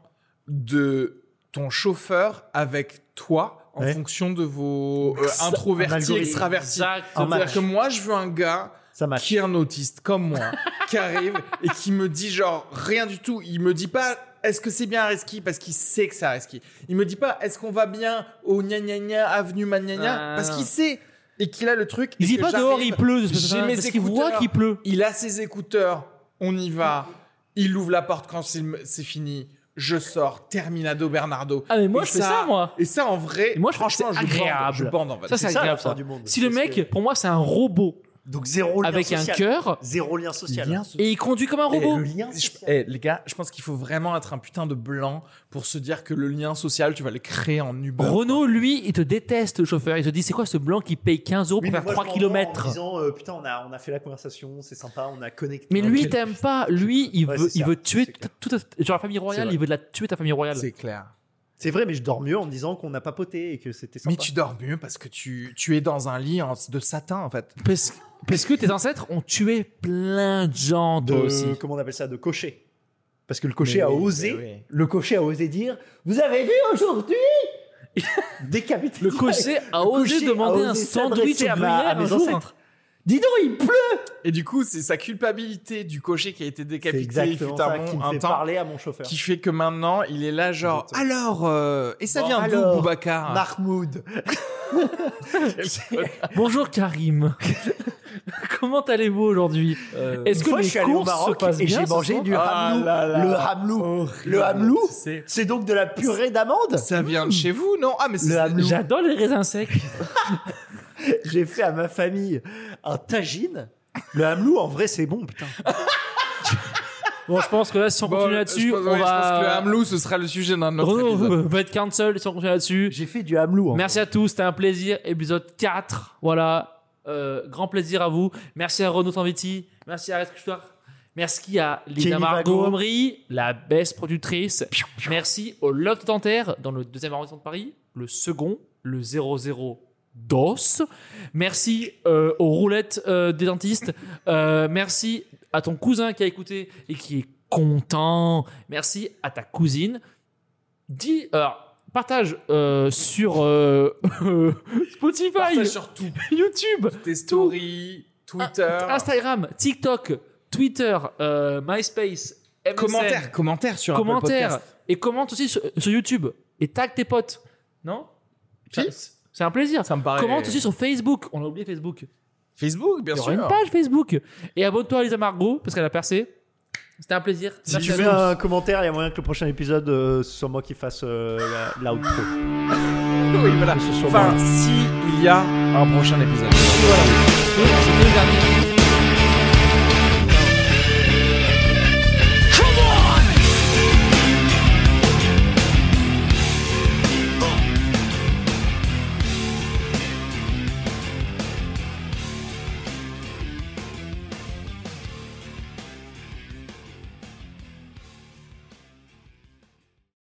de ton chauffeur avec toi en Ouais. fonction de vos euh, Ça, un introvertis, algorithme. extravertis. Exactement. Un match. C'est-à-dire que moi je veux un gars Ça match. qui est un autiste comme [laughs] moi, qui arrive et qui me dit genre rien du tout. Il me dit pas est-ce que c'est bien à Reski parce qu'il sait que c'est à Reski. Il me dit pas est-ce qu'on va bien au gna gna gna avenue ma gna gna Ah, parce non. qu'il sait et qu'il a le truc. Il et dit que pas dehors, j'arrive, il pleut. de ce j'ai personnage, mes Parce qu'il voit écouteurs. qu'il pleut. il a ses écouteurs, on y va, il ouvre la porte quand c'est c'est fini, je sors, Terminado Bernardo. Ah, mais moi, Et je fais ça, moi. Et ça, en vrai, Et moi, je trouve franchement, que je c'est bande, agréable. je bande en fait. Ça, c'est la agréable, fin ça. du monde. Si le Parce mec, que- pour moi, c'est un robot Donc zéro lien avec un social. cœur Zéro lien social. Lien social. et il conduit comme un Eh, robot. le lien social. Eh, les gars, je pense qu'il faut vraiment être un putain de blanc pour se dire que le lien social, tu vas le créer en Uber. Renault, lui, il te déteste, le chauffeur. Il te dit, c'est quoi ce blanc qui paye 15 euros Oui, pour faire mais moi, 3 je m'en vais En km disant, euh, putain, on a, on a fait la conversation, c'est sympa, on a connecté. Mais lui, Ok. il t'aime pas. Lui, il Ouais, veut, c'est il ça, veut tuer c'est clair. toute ta- genre la famille royale. vrai. Il veut de la tuer ta famille royale. C'est clair. C'est vrai, mais je dors mieux en me disant qu'on a papoté et que c'était sympa. Mais tu dors mieux parce que tu, tu es dans un lit en- de satin en fait. Parce, parce que tes ancêtres ont tué plein de gens, de, toi aussi. comment on appelle ça, de cocher. Parce que le cocher Mais a oui, osé, mais oui. le cocher a osé dire, vous avez vu aujourd'hui décapité Le cocher a osé cocher a demander un osé sandwich s'adresser au à ma- à gruyère un mes jour. ancêtres. Dis donc, il pleut Et du coup, c'est sa culpabilité du cocher qui a été C'est décapité il exactement fut ça un, qui moment- me un fait temps, parler à mon chauffeur. qui fait que maintenant, il est là genre, Exactement. alors, euh, et ça Bon, vient d'où, alors, Boubacar Mahmoud. [laughs] Bonjour Karim. [laughs] Comment allez-vous aujourd'hui Euh, Est-ce que Une fois, je les suis allé au courses se Maroc passent et bien j'ai ce mangé soir du Ah hamelou. là là. Le hamelou. Le hamelou, Tu sais, c'est donc de la purée d'amande. ça vient de chez vous, non Ah, mais c'est... Le hamelou. J'adore les raisins secs. J'ai fait à ma famille un tagine. Le hamelou, en vrai, c'est bon, putain. Bon, je pense que là, si on Bon, continue je là-dessus, pense- on ouais, je pense que le va. Oh. Hamelou, ce sera le sujet d'un autre Renaud, épisode. on [laughs] va être cancel si on continue là-dessus. J'ai fait du hamelou. en Merci à tous, c'était un plaisir. Épisode 4, voilà. Euh, grand plaisir à vous. Merci à Renaud Tanviti. Merci à Rescutoire. Merci à Lina Kelly Vago. Montgomery, la best productrice. Merci au Loft Dentaire dans le deuxième arrondissement de Paris, le second, le 00 DOS. Merci euh, aux roulettes euh, des dentistes. Euh, merci à ton cousin qui a écouté et qui est content. Merci à ta cousine. Dis, alors, partage euh, sur euh, [laughs] Spotify, Partage sur tout. YouTube, Tes stories, Twitter. Ah, Instagram, TikTok, Twitter, euh, MySpace, MSN, Commentaires, commentaires sur commentaires, Apple Podcast. et commente aussi sur, sur YouTube et tag tes potes. Non Ça- Si. C'est un plaisir. Ça me paraît. Commente aussi sur Facebook. On a oublié Facebook. Facebook, bien Il y sûr. aura une page Facebook. Et abonne-toi à Lisa Margot parce qu'elle a percé. C'était un plaisir. Si Merci tu à fais tous. un commentaire, il y a moyen que le prochain épisode, euh, ce soit moi qui fasse euh, la- l'outro. Oui, voilà. Que ce soit moi. Enfin, s'il y a un prochain épisode. C'était le dernier.